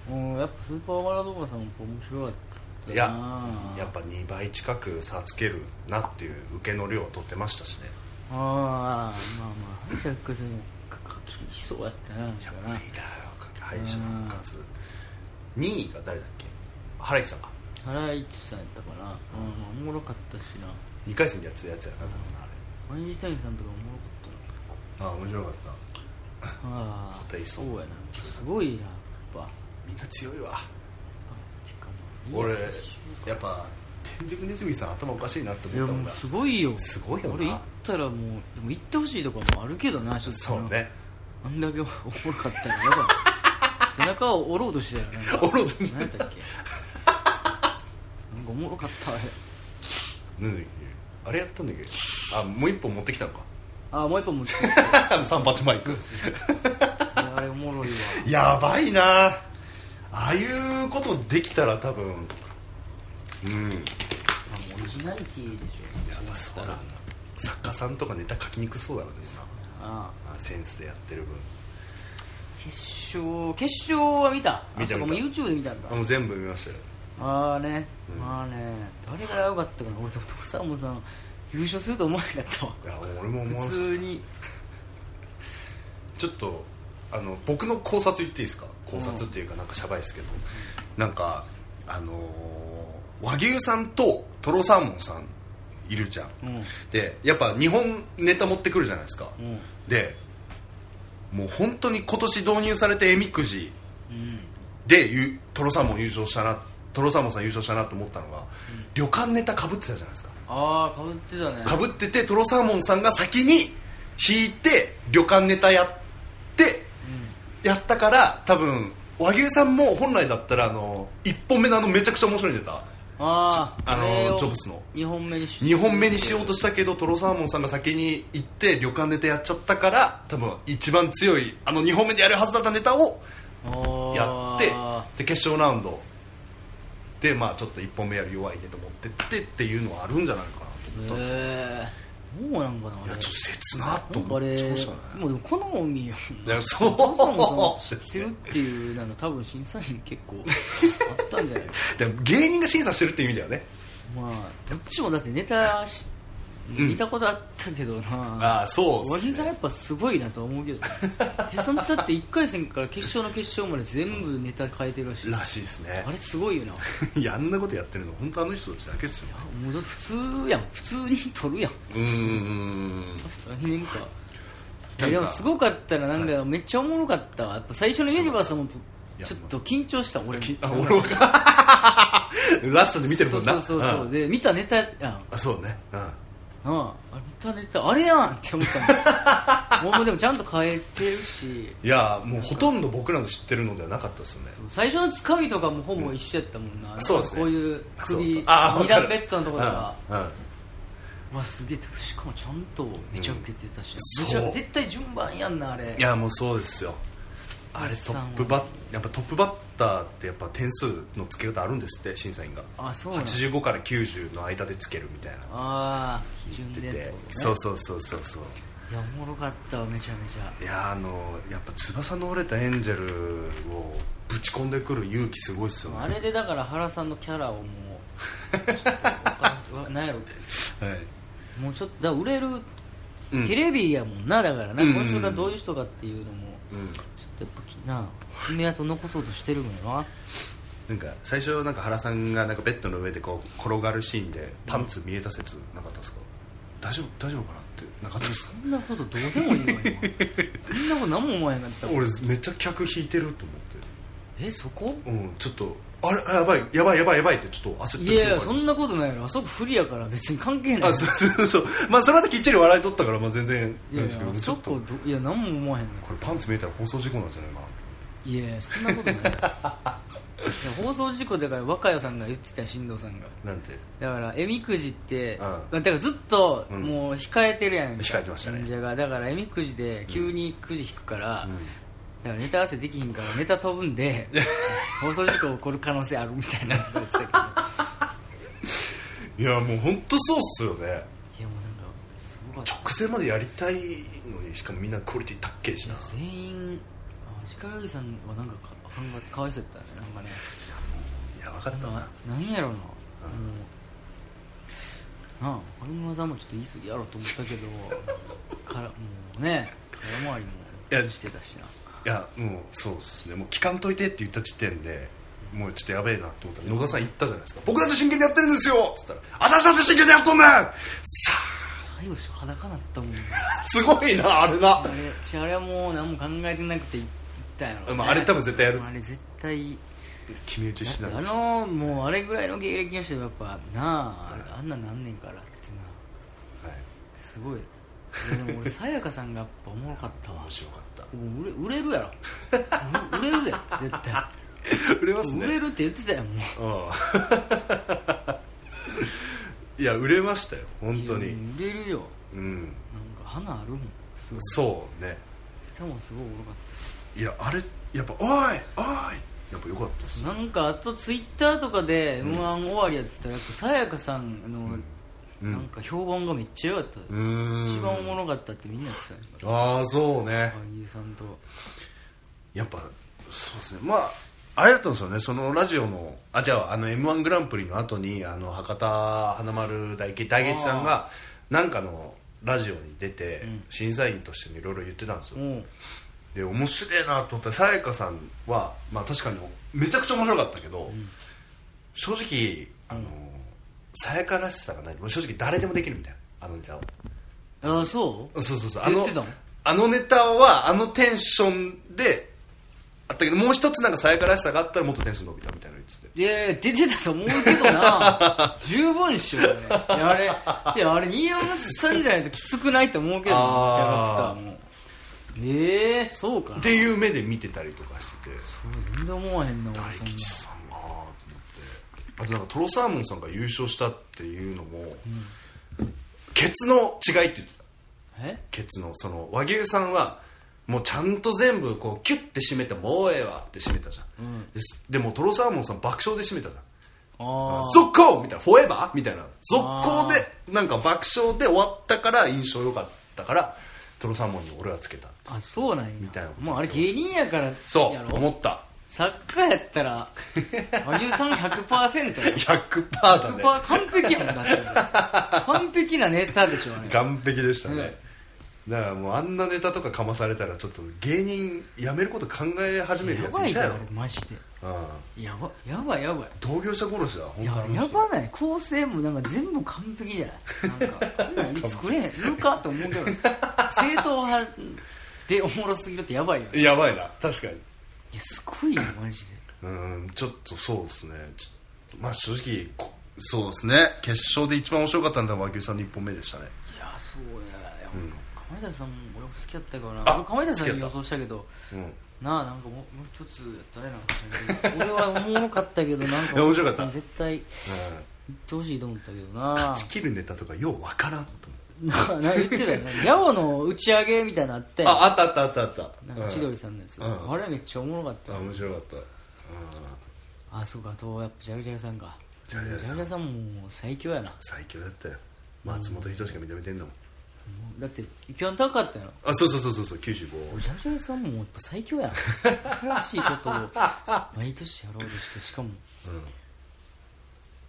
Speaker 1: たよ
Speaker 2: うん、やっぱスーパーワラドーバさんもやっぱ面白かっ
Speaker 1: ね
Speaker 2: たない
Speaker 1: ややっぱ2倍近く差つけるなっていう受けの量を取ってましたしね
Speaker 2: ああまあまあ敗者復活も厳しそうやったななんか
Speaker 1: やっ
Speaker 2: な
Speaker 1: ぱりだよ敗者復活2位が誰だっけ原市さんか
Speaker 2: 原市さんやったかな、うん、おもろかったしな
Speaker 1: 2回戦でやってたやつやな多分
Speaker 2: マインシュタインさんとかおもろかったな
Speaker 1: なあれあ面白かった
Speaker 2: ああ
Speaker 1: 硬いそう
Speaker 2: やなすごいなやっぱ
Speaker 1: みんな強いわ
Speaker 2: てかもう
Speaker 1: 俺やっぱ天竺ネズミさん頭おかしいなって思
Speaker 2: いや
Speaker 1: ったもん
Speaker 2: もう
Speaker 1: だ
Speaker 2: すごいよ
Speaker 1: すごいよな
Speaker 2: 俺行ったらもうでも行ってほしいとかもあるけどなちょっと
Speaker 1: そうね
Speaker 2: あんだけおもろかったらやばい背中を折ろうとしてたよなんか
Speaker 1: 折ろうとしてた
Speaker 2: 何やったっけなんかおもろかったあれ
Speaker 1: なんだっけあれやったんだっけあもう一本持ってきたのか
Speaker 2: あもう一本持って き
Speaker 1: 三発マイク
Speaker 2: たいやあれおもろいわ
Speaker 1: やばいなああいうことできたら多分うんや
Speaker 2: あもうオリジナリティでしょ
Speaker 1: っぱそうなんだ作家さんとかネタ書きにくそうだろうね
Speaker 2: ああ
Speaker 1: あセンスでやってる分
Speaker 2: 決勝決勝は見た
Speaker 1: 見た
Speaker 2: あそこも
Speaker 1: 見た
Speaker 2: YouTube で見たんだ
Speaker 1: あもう全部見ましたよ
Speaker 2: ああね、
Speaker 1: うん
Speaker 2: まあね誰が良かったかな俺と父さんもさん優勝すると思わなかったわ
Speaker 1: いや俺も思わ
Speaker 2: 普
Speaker 1: ず
Speaker 2: 通に
Speaker 1: ちょっとあの僕の考察言っていいですか考察っていうかなんかしゃばいですけど、なんかあのー和牛さんととろサーモンさんいるじゃん、
Speaker 2: うん
Speaker 1: でやっぱ日本ネタ持ってくるじゃないですか、
Speaker 2: うん
Speaker 1: でもう本当に今年導入されてえみくじ
Speaker 2: うん
Speaker 1: でゆとろサーモン優勝したなとろサーモンさん優勝したなと思ったのが、旅館ネタかぶってたじゃないですか
Speaker 2: ああかぶってたね
Speaker 1: かぶっててとろサーモンさんが先に引いて旅館ネタやってやったから多分和牛さんも本来だったらあの1本目のあのめちゃくちゃ面白いネタ
Speaker 2: ああ
Speaker 1: あのー
Speaker 2: れを
Speaker 1: ジョブスの
Speaker 2: 二本目にし
Speaker 1: 2本目にしようとしたけどとろサーモンさんが先に行って旅館ネタやっちゃったから多分一番強いあの2本目でやるはずだったネタをやって
Speaker 2: あ
Speaker 1: で決勝ラウンドでまあちょっと1本目より弱いネタ持ってってっていうのはあるんじゃないかなと思った
Speaker 2: ー
Speaker 1: んですよ
Speaker 2: へえどうなんかない
Speaker 1: や
Speaker 2: あ
Speaker 1: ちょ
Speaker 2: れ
Speaker 1: っと切なっと
Speaker 2: なんかあ
Speaker 1: 思っ
Speaker 2: れ
Speaker 1: ちゃいましたね
Speaker 2: もうでも好みよ
Speaker 1: いやそう
Speaker 2: 知ってるっていうなんか多分審査員結構あったんじ ゃないか
Speaker 1: でも芸人が審査してるって意味だよね
Speaker 2: まあどっちもだってネタし
Speaker 1: うん
Speaker 2: 見たことあったけどな
Speaker 1: ああそうっ
Speaker 2: 和
Speaker 1: す
Speaker 2: 牛
Speaker 1: ね
Speaker 2: さんやっぱすごいなとは思うけどねへさんだって1回戦から決勝の決勝まで全部ネタ変えてるらしい
Speaker 1: らしいですね
Speaker 2: あれすごいよなも
Speaker 1: い やあんなことやってるの本当あの人たちだけっすよ
Speaker 2: うだって普通やん普通に取るやん
Speaker 1: うーん
Speaker 2: 来年か
Speaker 1: なんか
Speaker 2: いやでもすごかったらなんかめっちゃおもろかったわやっぱ最初のユニバースも
Speaker 1: や
Speaker 2: ちょっと緊張した俺も
Speaker 1: きあ俺は ラストで 見てるもんな
Speaker 2: そうそうそうそう、
Speaker 1: ん
Speaker 2: で見たネタやんな
Speaker 1: あそうねうん
Speaker 2: ああ見たネタあれやんって思った もんもうでもちゃんと変えてるし
Speaker 1: いやもうほとんど僕らの知ってるのではなかったですよね
Speaker 2: 最初のつかみとかもほぼ一緒やったもんな,、
Speaker 1: そうですね
Speaker 2: こういう
Speaker 1: あそう
Speaker 2: 首
Speaker 1: そう
Speaker 2: 二
Speaker 1: あわか
Speaker 2: 段
Speaker 1: る
Speaker 2: ベッドのところとか、
Speaker 1: うんうん
Speaker 2: うわすげえしかもちゃんとめちゃ受けてたし、
Speaker 1: うん
Speaker 2: めちゃ
Speaker 1: そう
Speaker 2: 絶対順番やんなあれ
Speaker 1: いやもうそうですよあれ
Speaker 2: さ
Speaker 1: ト
Speaker 2: んは
Speaker 1: ップバッやっぱトップバッターってやっぱ点数の付け方あるんですって審査員が
Speaker 2: あそうなんだ
Speaker 1: 85から90の間でつけるみたいな
Speaker 2: ああ基準
Speaker 1: 言
Speaker 2: で
Speaker 1: っ
Speaker 2: ってて
Speaker 1: て
Speaker 2: ことね
Speaker 1: そうそうそうそうそう
Speaker 2: いやおもろかったわめちゃめちゃ
Speaker 1: いやあのやっぱ翼の折れたエンジェルをぶち込んでくる勇気すごいっすよね
Speaker 2: あれでだから原さんのキャラをもうちょっとわからん わなんやろ
Speaker 1: はい
Speaker 2: もうちょっとだから売れる、
Speaker 1: うん
Speaker 2: テレビやもんなだからな
Speaker 1: うん
Speaker 2: 今週がどういう人かっていうのも
Speaker 1: うん
Speaker 2: ちょっとやっぱきな爪痕残そうとしてるもんや
Speaker 1: な
Speaker 2: な
Speaker 1: んか最初なんか原さんがなんかベッドの上でこう転がるシーンでパンツ見えた説なかったですか、大丈夫大丈夫かなってなかったですか
Speaker 2: そんなことどうでもいいわ今そんなこと何も思わへんかったもん
Speaker 1: 俺めっちゃ客引いてると思って
Speaker 2: えそこ
Speaker 1: うん、ちょっとあれあやばいやばいやばいやばいってちょっと焦って
Speaker 2: い
Speaker 1: る
Speaker 2: やいやそんなことないやろあそこ不利やから別に関係ない
Speaker 1: あそうそうそうまあその後きっちり笑い取ったから、まあ、全然
Speaker 2: いやいや
Speaker 1: ですけど
Speaker 2: あ
Speaker 1: ちょ
Speaker 2: そ
Speaker 1: っと
Speaker 2: こ
Speaker 1: こ
Speaker 2: どいや何も思わへんねん
Speaker 1: れパンツ見えたら放送事故なんじゃないか
Speaker 2: いやいやそんなことないいや放送事故だから若代さんが言ってた進藤さんが
Speaker 1: ななんて
Speaker 2: だからえみくじって、
Speaker 1: ん
Speaker 2: だからずっと
Speaker 1: うん
Speaker 2: もう控えてるやん、
Speaker 1: 控えてましたね
Speaker 2: 演者がだからえみくじで急にくじ引くから、
Speaker 1: うん
Speaker 2: だからネタ合わせできひんからネタ飛ぶ んで放送事故起こる可能性あるみたいなこと言って たけどいやも
Speaker 1: いやもう本当そうっすよね
Speaker 2: うなんかすごかった
Speaker 1: 直前までやりたいのにしかもみんなクオリティ高えしな
Speaker 2: 全員あ力木さんはなんかかかんがかわいそうやったねなんかね
Speaker 1: いや分かったな
Speaker 2: なんやろな、もうなあ春沼さんもちょっと言い過ぎやろと思ったけど からもうね空回りもしてたしない
Speaker 1: やもうそうっすねもう聞かんといてって言った時点でもうちょっとやべえなと思ったら野田さん言ったじゃないですか僕だって真剣にやってるんですよっつったら私だって真剣にやっとんねんさ
Speaker 2: 最後し裸なったもん
Speaker 1: あすごいなあれな
Speaker 2: あれしあれはもう何も考えてなくて行ったんやろ、
Speaker 1: まああれ多分絶対やる
Speaker 2: あれ絶対
Speaker 1: 決め打ちして
Speaker 2: だ
Speaker 1: た
Speaker 2: って
Speaker 1: んで
Speaker 2: あ
Speaker 1: しょ
Speaker 2: のもうあれぐらいの芸歴の人やっぱなああんななんねんからってな
Speaker 1: はい
Speaker 2: すごいいやでも俺さやかさんがやっぱおもろ かったわ
Speaker 1: 面白かっ
Speaker 2: もう売れ売れるやろ売れるで絶対
Speaker 1: た売れます
Speaker 2: 売
Speaker 1: ね
Speaker 2: れるって言ってたよもう
Speaker 1: うん いや売れましたよ本当に
Speaker 2: 売れるよ
Speaker 1: うん
Speaker 2: なんか花あるもんすごい
Speaker 1: そうね
Speaker 2: 歌もすごいおもろかっ
Speaker 1: いやあれやっぱ「おいおい!」やっぱ良かったっす
Speaker 2: たしなんかあとツイッターとかで m 1終わりやったらやっぱさやかさんの
Speaker 1: うん
Speaker 2: なんか評判がめっちゃ良かった、
Speaker 1: うーん
Speaker 2: 一番おもろかったってみんな言ってたね
Speaker 1: ああそうね
Speaker 2: 俳優さんと
Speaker 1: やっぱそうですねまああれだったんですよねそのラジオのあじゃああの m 1グランプリの後にあの博多華丸大吉大吉さんがなんかのラジオに出て、
Speaker 2: うん
Speaker 1: 審査員としてもいろいろ言ってたんですよ、
Speaker 2: もう
Speaker 1: で面白いなと思ったらさやかさんは、まあ、確かにめちゃくちゃ面白かったけど、正直あのさやからしさがないもう正直誰でもできるみたいなあのネタを
Speaker 2: ああそう
Speaker 1: そうそうそう
Speaker 2: っ
Speaker 1: あ
Speaker 2: て言
Speaker 1: の
Speaker 2: ってたの
Speaker 1: あのネタはあのテンションであったけどもう一つなんかさやからしさがあったらもっと点数伸びたみたいなの言ってて
Speaker 2: いやいや出てたと思うけ どな十分っしょねいやあれいやあれ新山さんじゃないときつくないと思うけどキャラ
Speaker 1: あー
Speaker 2: クターもええー、そうかな
Speaker 1: っていう目で見てたりとかしてて
Speaker 2: 全然思わへんな俺
Speaker 1: 大
Speaker 2: そんな
Speaker 1: 吉さんがと思ってあとなんかトロサーモンさんが優勝したっていうのも、ケツの違いって言ってた
Speaker 2: え
Speaker 1: ケツのその和牛さんはもうちゃんと全部こうキュッて締めてもうええわって締めたじゃん、
Speaker 2: うん
Speaker 1: ですでもトロサーモンさん爆笑で締めたじゃん
Speaker 2: ああ
Speaker 1: 続行みたいなフォーエバーみたいな続行でなんか爆笑で終わったから印象良かったからトロサーモンに俺はつけた
Speaker 2: あそうなんや
Speaker 1: みたいなこと
Speaker 2: もうあれ芸人やから
Speaker 1: そ
Speaker 2: や
Speaker 1: う思
Speaker 2: ろ
Speaker 1: った
Speaker 2: 作家やっ たら和牛さん100%や
Speaker 1: 100%だね
Speaker 2: 100%完璧やもんだって完璧なネタでしょあれ
Speaker 1: 完璧でしたね、
Speaker 2: ね
Speaker 1: だからもうあんなネタとかかまされたらちょっと芸人辞めること考え始めるや
Speaker 2: や
Speaker 1: つ
Speaker 2: ば
Speaker 1: い
Speaker 2: い
Speaker 1: たや
Speaker 2: だ
Speaker 1: ろ
Speaker 2: ろマジで
Speaker 1: うん
Speaker 2: やばやばいやばい
Speaker 1: 同業者殺しだ本
Speaker 2: いや
Speaker 1: 当に
Speaker 2: やばない構成もなんか全部完璧じゃないな んかこんなん作れへんかと思うけど正統派でおもろすぎるってやばいよい
Speaker 1: やばいな確かに
Speaker 2: やすごいよマジで
Speaker 1: うんちょっとそうですねちょっとまあ正直こそうですね決勝で一番面白かったのは和牛さんの1本目でしたね
Speaker 2: いやそうだよ、いや亀田さんも俺も好きやったから
Speaker 1: あ
Speaker 2: な俺亀田さんに
Speaker 1: 好きや
Speaker 2: 予
Speaker 1: った
Speaker 2: 想したけど
Speaker 1: うん
Speaker 2: なあなんかもうもう一つやったらええなかったけど 俺はおもろかったけどなん
Speaker 1: いや
Speaker 2: か
Speaker 1: 面白かった
Speaker 2: 絶対行ってほしいと思ったけどな
Speaker 1: 仕切るネタとかようわからんと思って
Speaker 2: なな言ってたよねヤオの打ち上げみたいなのあったやん
Speaker 1: ああったあったあったあった
Speaker 2: なんか千鳥さんのやつ、
Speaker 1: うん
Speaker 2: あれめっちゃおもろかった
Speaker 1: うんあ面白かったうん
Speaker 2: あそうかあとやっぱジャルジャルさんか
Speaker 1: ジャルジャルさん
Speaker 2: さんも最強やなも
Speaker 1: 最強だったよ松本人志が認めてんだもん
Speaker 2: うだってピョン高かったやろ
Speaker 1: あそうそうそうそうそう95
Speaker 2: 俺ジャルジャルさんもやっぱ最強やん新しいことを毎年やろうとしてしかも
Speaker 1: うん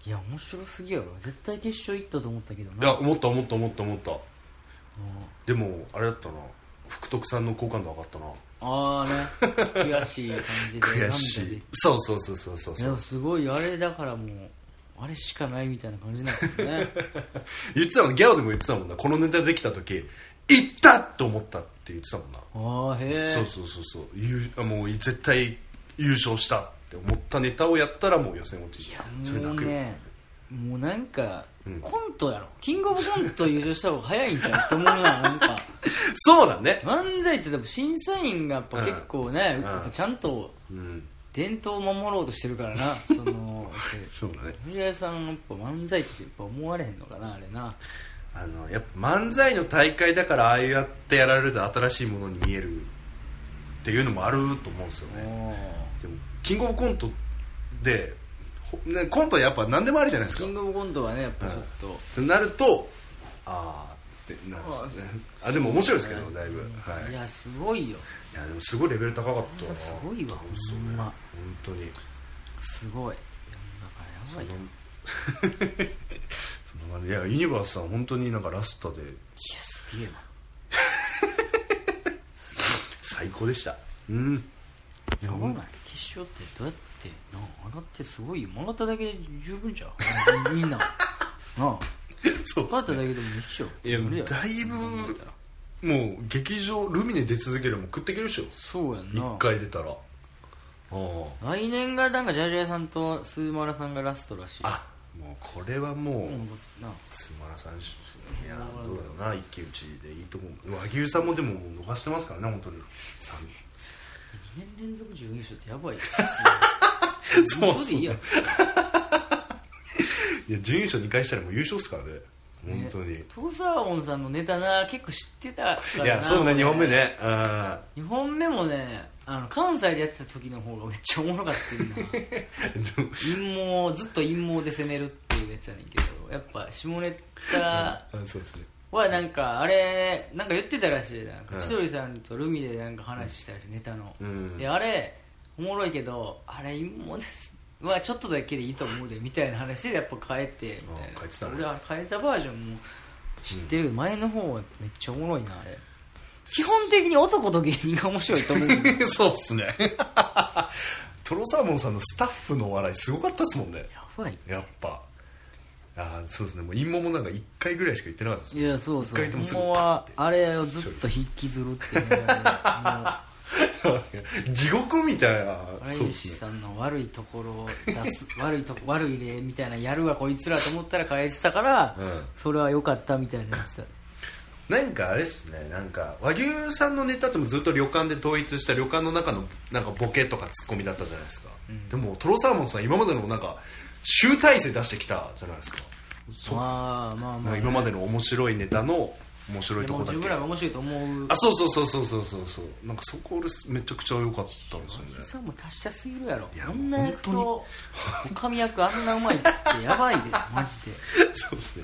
Speaker 2: いや面白すぎやろ絶対決勝行ったと思ったけど
Speaker 1: い
Speaker 2: な
Speaker 1: や思った思った思った思ったでもあれだったな福徳さんの好感度上がったな
Speaker 2: ああね悔しい感 じで
Speaker 1: 悔し
Speaker 2: 涙
Speaker 1: いそうそうそうそうそう
Speaker 2: 出てい
Speaker 1: そう
Speaker 2: やすごいあれだからもうあれしかないみたいな感じな のね
Speaker 1: 言ってたもんギャオでも言ってたもんなこのネタできた時「行った!」と思ったって言ってたもんな、
Speaker 2: ああへえ
Speaker 1: そうそうそうそう優あもう絶対優勝したって思ったネタをやったらもう予選落ちそれ
Speaker 2: もう
Speaker 1: 泣くよ、
Speaker 2: ねもうなんか、
Speaker 1: うん
Speaker 2: コントやろキングオブコント優勝した方が早いんちゃうって思うななんか
Speaker 1: そうだね
Speaker 2: 漫才ってでも審査員がやっぱ結構ね、
Speaker 1: うん
Speaker 2: やっぱちゃんと
Speaker 1: うん
Speaker 2: 伝統を守ろうとしてるから なその
Speaker 1: そうだね
Speaker 2: 藤原さんやっぱ漫才ってやっぱ思われへんのかなあれな
Speaker 1: あのやっぱ漫才の大会だからああやってやられると新しいものに見えるっていうのもあると思うんですよね
Speaker 2: も
Speaker 1: でもキングオブコントでほねコントはやっぱ何でもあるじゃないうです
Speaker 2: キ
Speaker 1: か
Speaker 2: ングオブコントはねやっぱちょっと、
Speaker 1: となるとああってなるんですよねあでも面白いですけどだいぶはいいい
Speaker 2: やすごいよ
Speaker 1: やでもすごいレベル高かったな
Speaker 2: すごいわ
Speaker 1: そうっすよ
Speaker 2: ほん
Speaker 1: ね
Speaker 2: ま
Speaker 1: 本当に
Speaker 2: すごいいやだからやばいよ
Speaker 1: そんな感じいやユニバースさん本当になんかラストで
Speaker 2: いやすげえわ
Speaker 1: 最高でしたうん
Speaker 2: やばない決勝ってどうやってなあ上がってすごいよ曲がっただけで十分じゃ んみんななあ
Speaker 1: そうっ
Speaker 2: 上がっ
Speaker 1: す
Speaker 2: ただ
Speaker 1: ね
Speaker 2: けでも一緒
Speaker 1: いや
Speaker 2: 無理ろ
Speaker 1: だいぶ
Speaker 2: 考えたら
Speaker 1: もう劇場ルミネ出続けるも食ってけるでしょ
Speaker 2: そうやんな
Speaker 1: 一回出たらああ
Speaker 2: 来年がなんかジャージャーさんとスーマラさんがラストらしい
Speaker 1: あもうこれはもう
Speaker 2: うんな
Speaker 1: スマラさんしいやどうだろうな一騎打ちでいいと思う和牛さんもでも逃してますからね本当にさん
Speaker 2: 2年連続準優勝ってやばいよ
Speaker 1: そうっすね
Speaker 2: 嘘でいいやろ
Speaker 1: いや準優勝2回したらもう優勝っすからね本当に、
Speaker 2: ねトーサーオンさんのネタな結構知ってたからない
Speaker 1: やそうね
Speaker 2: 俺
Speaker 1: 2本目ねあ
Speaker 2: 二本目もねあの関西でやってた時の方がめっちゃおもろかったよな
Speaker 1: ー
Speaker 2: 陰謀ずっと陰謀で攻めるっていうやつやねんけどやっぱ下ネタ
Speaker 1: あそうですね
Speaker 2: はなんかあれなんか言ってたらしいなんか
Speaker 1: うん
Speaker 2: 千鳥さんとルミでなんか話したらしいネタの、
Speaker 1: うん
Speaker 2: であれおもろいけどあれ陰謀ですはちょっとだけでいいと思うでみたいな話でやっぱ変えてみたい
Speaker 1: あ
Speaker 2: な
Speaker 1: 変えてたね
Speaker 2: 俺は変えたバージョンも知ってる、前の方はめっちゃおもろいなあれ基本的に男と芸人が面白いと思うんだ
Speaker 1: そうっすね トロサーモンさんのスタッフの笑いすごかったですもんね
Speaker 2: やばい
Speaker 1: やっぱあーそうですねもう陰謀もなんか1回ぐらいしか言ってなかったですも
Speaker 2: い
Speaker 1: ん
Speaker 2: やそうそう
Speaker 1: 一回ともすぐ
Speaker 2: ほんまはあれをずっと引きずるっていうの が
Speaker 1: 地獄みたいな
Speaker 2: もう
Speaker 1: そう
Speaker 2: 笑
Speaker 1: で
Speaker 2: い主
Speaker 1: すね
Speaker 2: さんの悪いところを出す悪いとこ悪い例みたいなやるわこいつらと思ったら返してたから、
Speaker 1: うん
Speaker 2: それは良かったみたいなやつだ
Speaker 1: なんかあれですねなんか和牛さんのネタってもずっと旅館で統一した旅館の中のなんかボケとかツッコミだったじゃないですか、でもトロサーモンさん今までのなんか集大成出してきたじゃないですかそう
Speaker 2: まあまあ
Speaker 1: な
Speaker 2: ま
Speaker 1: んか
Speaker 2: あ
Speaker 1: 今までの面白いネタの面白い
Speaker 2: で
Speaker 1: とこ
Speaker 2: も
Speaker 1: だ
Speaker 2: 十
Speaker 1: け
Speaker 2: 分らいが面白いと思う
Speaker 1: あそうそうそうそうそうそうそうなんかそこ俺めちゃくちゃ良かったんですよね
Speaker 2: おじさんも達者すぎるやろ
Speaker 1: いや
Speaker 2: こんな役と女将役あんなうまいってやばい でマジで
Speaker 1: そうですね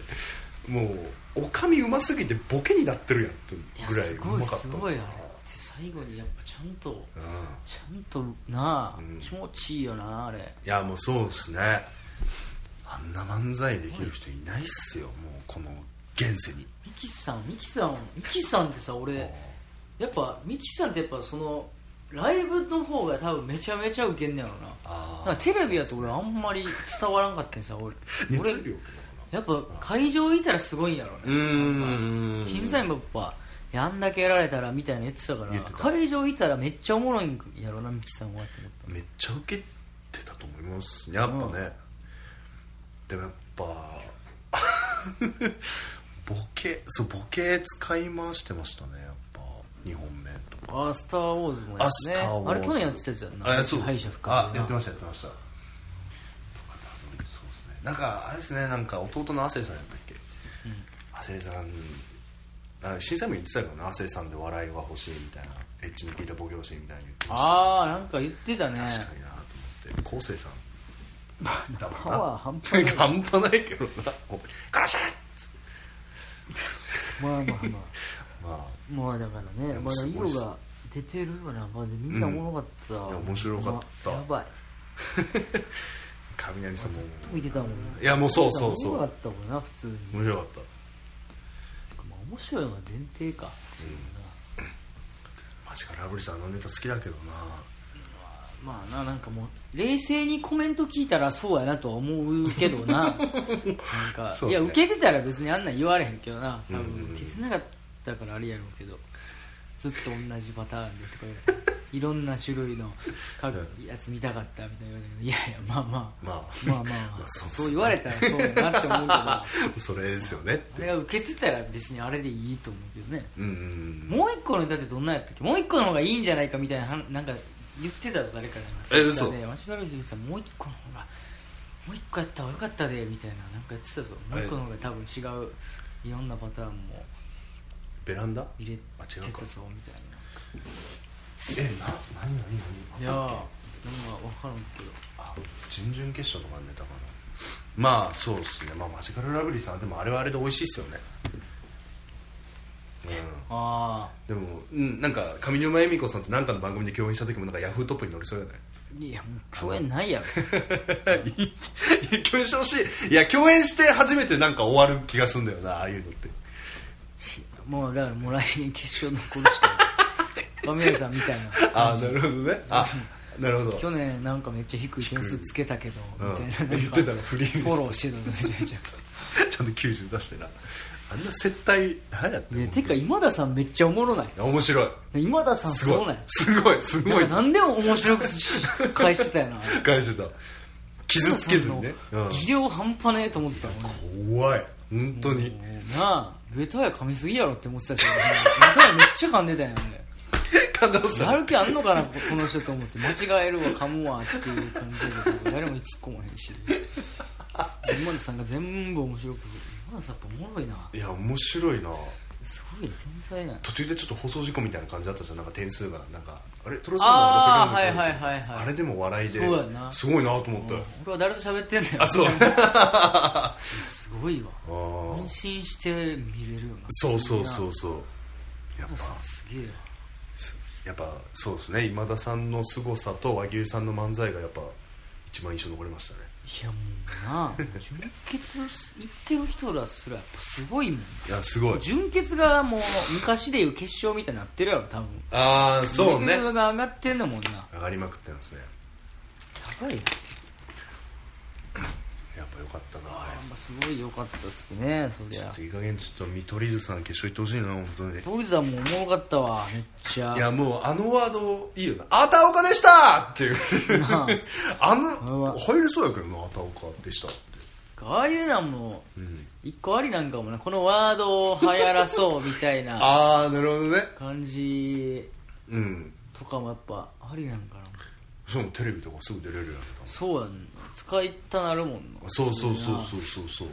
Speaker 1: もうおかみうますぎてボケになってるやんって
Speaker 2: いや
Speaker 1: ぐらい
Speaker 2: す
Speaker 1: う
Speaker 2: ごい
Speaker 1: まかった
Speaker 2: すごいあれって最後にやっぱちゃんと
Speaker 1: うん
Speaker 2: ちゃんとなあ、
Speaker 1: うん
Speaker 2: 気持ちいいよなあれ
Speaker 1: いやもうそうですねあんな漫才できる人いないっすよもうこの現世に
Speaker 2: ミキさんミキさんミキさんってさ俺やっぱミキさんってやっぱそのライブの方が多分めちゃめちゃウケんねやろな
Speaker 1: あ
Speaker 2: なんかテレビやと俺あんまり伝わらんかったんさ俺 俺
Speaker 1: 熱量
Speaker 2: やっぱ会場いたらすごいんやろね
Speaker 1: うーん
Speaker 2: 審査員もやっぱいやあんだけやられたらみたいな言ってたから
Speaker 1: 言ってた
Speaker 2: 会場いたらめっちゃおもろいんやろなミキさんはって思っ
Speaker 1: めっちゃ受けてたと思いますねやっぱね、でもやっぱ ボケそうボケ使い回してましたねやっぱ2本目とか
Speaker 2: たあースター・ウォーズもや
Speaker 1: あ
Speaker 2: つ
Speaker 1: ス
Speaker 2: ね
Speaker 1: ター・ウォーズ
Speaker 2: あれ去年やってたやつやんな
Speaker 1: あそう
Speaker 2: 敗者復
Speaker 1: あ
Speaker 2: 活で
Speaker 1: や
Speaker 2: な
Speaker 1: ってましたやってましたとか多分そうですねなんかあれですねなんか弟の亜生さんやったっけ亜生、さんあ審査員も言ってたからな亜生さんで笑いが欲しいみたいなエッチの効いたボケ欲しいみたいに言ってました
Speaker 2: あーなんか言ってた
Speaker 1: 確かに
Speaker 2: ね
Speaker 1: なと思って昴生さん 多分
Speaker 2: パ
Speaker 1: な
Speaker 2: ワー半端
Speaker 1: なんか 半端ないけどな「ガラシャッ!」
Speaker 2: まあまあま
Speaker 1: ま
Speaker 2: あまあだからね
Speaker 1: や
Speaker 2: まだ
Speaker 1: すごい
Speaker 2: 色
Speaker 1: っす
Speaker 2: が出てるよなまずみんなおもろかった、
Speaker 1: いや面白かった
Speaker 2: やばい
Speaker 1: あ雷さんも
Speaker 2: 見てたもんね
Speaker 1: いやもうそうそうそう
Speaker 2: 面白かったもんな普通に
Speaker 1: 面白かった
Speaker 2: まあ面白いのが前提か普通にな
Speaker 1: マジかラブリーさんあのネタ好きだけどな
Speaker 2: まあななんかもう冷静にコメント聞いたらそうやなとは思うけ どななん
Speaker 1: そう
Speaker 2: か、
Speaker 1: っすね
Speaker 2: いや受けてたら別にあんなん言われへんけどな多
Speaker 1: うんうんう
Speaker 2: 分
Speaker 1: ん
Speaker 2: 受けてなかったからあれやろうけどずっと同じパターンでとか言 っていろんな種類の各やつ見たかったみたいな言われたけどいやいやまあまあ
Speaker 1: まあ
Speaker 2: まあまあ、ま
Speaker 1: ま
Speaker 2: あ、
Speaker 1: あそうっすね
Speaker 2: そう言われたらそうやなって思うけどあ
Speaker 1: それですよねって
Speaker 2: れは受けてたら別にあれでいいと思うけどね
Speaker 1: うんうんうん
Speaker 2: もう一個のネタってどんなんやったっけもう一個の方がいいんじゃないかみたいなはんなんか言ってたぞ誰かが
Speaker 1: え嘘
Speaker 2: で間違える人さんもう一個の方がもう一個やった方がよかったでみたいななんか言ってたぞもう一個の方が多分違ういろんなパターンも
Speaker 1: ベランダ
Speaker 2: 入れて
Speaker 1: あ
Speaker 2: た
Speaker 1: 違う
Speaker 2: ぞ
Speaker 1: か
Speaker 2: みたい
Speaker 1: えな何何何
Speaker 2: ないやーなんか分からんけど
Speaker 1: あ準々決勝とかのネタかなまあそうですねまあマジカルラブリーさんでもあれはあれで美味しいっすよねうん
Speaker 2: ああ
Speaker 1: でも、うん、なんか上沼恵美子さんと何かの番組で共演した時もなんかヤフートップに乗りそうじゃない
Speaker 2: いやもう共演ないやろ
Speaker 1: い い共演してほしいいや共演して初めてなんか終わる気がするんだよなああいうのって
Speaker 2: もうだからもう来年決勝残るし かない上谷さんみたいな
Speaker 1: ああなるほどねあなるほど
Speaker 2: 去年なんかめっちゃ低い点数つけたけどみたいな,、
Speaker 1: うん言ってたのフリー
Speaker 2: フォローしてたのめちゃめちゃ
Speaker 1: ちゃんと90出してなあんな接待何やってんの
Speaker 2: ねてか今田さんめっちゃおもろない
Speaker 1: いや面白い
Speaker 2: 今田さん
Speaker 1: す
Speaker 2: す
Speaker 1: ご
Speaker 2: ご
Speaker 1: い
Speaker 2: ない
Speaker 1: すごいすごい
Speaker 2: なんかなんでも面白くし返してたよな
Speaker 1: 返してた傷つけずにね、
Speaker 2: 今田さんの技量半端ねえと思った本
Speaker 1: うん、怖い本当に
Speaker 2: なあ上戸や噛みすぎやろって思ってたし上戸やめっちゃ噛んでたよね
Speaker 1: 感動した
Speaker 2: やる気あんのかなここの人と思って間違えるわ噛むわっていう感じで誰も突っ込まへんし今田さんが全部面白く今田さんやっぱおもろいない
Speaker 1: や面白いな
Speaker 2: すごいね天才な
Speaker 1: 途中でちょっと放送事故みたいな感じだったじゃんなんか点数がなんかあれトロさん
Speaker 2: あ
Speaker 1: は
Speaker 2: ー
Speaker 1: 600
Speaker 2: はいはいはいはい
Speaker 1: あれでも笑いで
Speaker 2: そうやな
Speaker 1: すごいなと思ったよ
Speaker 2: 俺は誰と喋ってんだよ
Speaker 1: あそう
Speaker 2: すごいわ
Speaker 1: あー
Speaker 2: 安心して見れるよな
Speaker 1: そうそうそうそうやっぱ
Speaker 2: さすげえわ
Speaker 1: やっぱそうですね今田さんの凄さと和牛さんの漫才がやっぱ一番印象残りましたね
Speaker 2: 一いやもうな純血行ってる人らすらやっぱすごいもん
Speaker 1: いやすごい
Speaker 2: 純血がもう昔でいう決勝みたいになってるやろ多分
Speaker 1: ああそうね
Speaker 2: 純血が上がってんだもんなや
Speaker 1: 上がりまくってますね
Speaker 2: ばいよ
Speaker 1: やっぱよかったな
Speaker 2: やっぱすごい良かったっすねそり
Speaker 1: ちょ
Speaker 2: ゃ
Speaker 1: っといい加減ちょっと見取り図さん決勝行ってほしいな本当に
Speaker 2: ボーイズはもうおもろかったわめっちゃ
Speaker 1: いやもうあのワードいいよな「あたおかでした!」っていう
Speaker 2: な
Speaker 1: あ
Speaker 2: うわ
Speaker 1: の入れそうやけどな「あたおかでした」って
Speaker 2: ああいうのはもう
Speaker 1: うん
Speaker 2: 一個ありなんかもなこのワードを流行らそうみたいな
Speaker 1: ああなるほどね
Speaker 2: 感じ
Speaker 1: うん
Speaker 2: とかもやっぱありなんかな
Speaker 1: しかもテレビとかすぐ出れるやん
Speaker 2: そうやん使いたなるもんな
Speaker 1: そうそうそうそうそうそう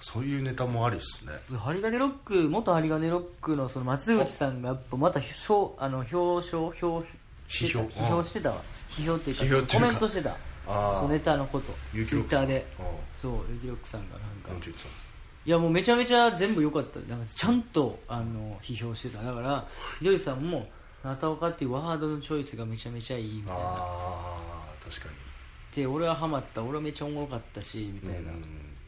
Speaker 1: そういうネタもありっすね
Speaker 2: 針金ロック元針金ロックのその松口さんがやっぱまた表あの表彰表
Speaker 1: 批評
Speaker 2: 批評してたわ批評って
Speaker 1: 批
Speaker 2: い
Speaker 1: 評
Speaker 2: う
Speaker 1: っ
Speaker 2: か
Speaker 1: ていうか
Speaker 2: コメントしてた
Speaker 1: あー
Speaker 2: そのネタのことツイ
Speaker 1: 有機ロッ
Speaker 2: ッ
Speaker 1: クさ
Speaker 2: タ
Speaker 1: ん
Speaker 2: ーで
Speaker 1: あ
Speaker 2: そう有機ロックさんがな
Speaker 1: なんん
Speaker 2: か
Speaker 1: て言ってたの
Speaker 2: いやもうめちゃめちゃ全部良かったなんかちゃんとあの批評してただからひどりさんも「なたおか」っていうワードのチョイスがめちゃめちゃいいみたいな
Speaker 1: ああ確か
Speaker 2: で俺はハマった俺はめっちゃおもろかったしみ
Speaker 1: に
Speaker 2: たいな、
Speaker 1: うん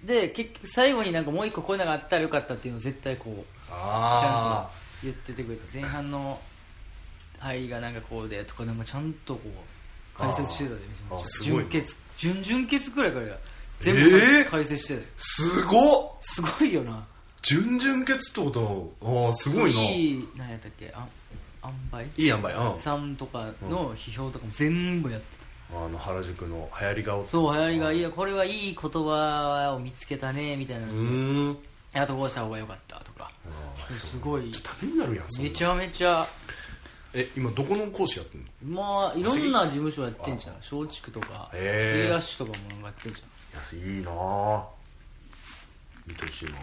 Speaker 2: で結局最後になんかもう一個こういうのがあったらよかったっていうのを絶対こうちゃん
Speaker 1: あ
Speaker 2: と言っててくれた前半の入りがなんかこうでとかでもちゃんとこう解説してたで
Speaker 1: あーあーすごい
Speaker 2: 純
Speaker 1: な
Speaker 2: 潔準々決くらいから全部
Speaker 1: えー
Speaker 2: 解説してた、
Speaker 1: あすごっ
Speaker 2: すごいよな
Speaker 1: 準々決ってことはああすごいない
Speaker 2: い何やったっけあん塩梅
Speaker 1: いいやんばいうん
Speaker 2: さんとかの批評とかも全部やってた、
Speaker 1: あの原宿の流行り顔
Speaker 2: そう流行りが「いや
Speaker 1: う
Speaker 2: これはいい言葉を見つけたね」みたいな、
Speaker 1: ーん
Speaker 2: あとこうした方が良かったとか
Speaker 1: あ
Speaker 2: すごい
Speaker 1: ーちょっとためになるやんそんな
Speaker 2: めちゃめちゃ
Speaker 1: え今どこの講師やってんの
Speaker 2: まあいろんな事務所やってんじゃん松竹とか
Speaker 1: へー
Speaker 2: K ラッシュとかもやってんじゃん
Speaker 1: いいいなぁ見てほしいなぁ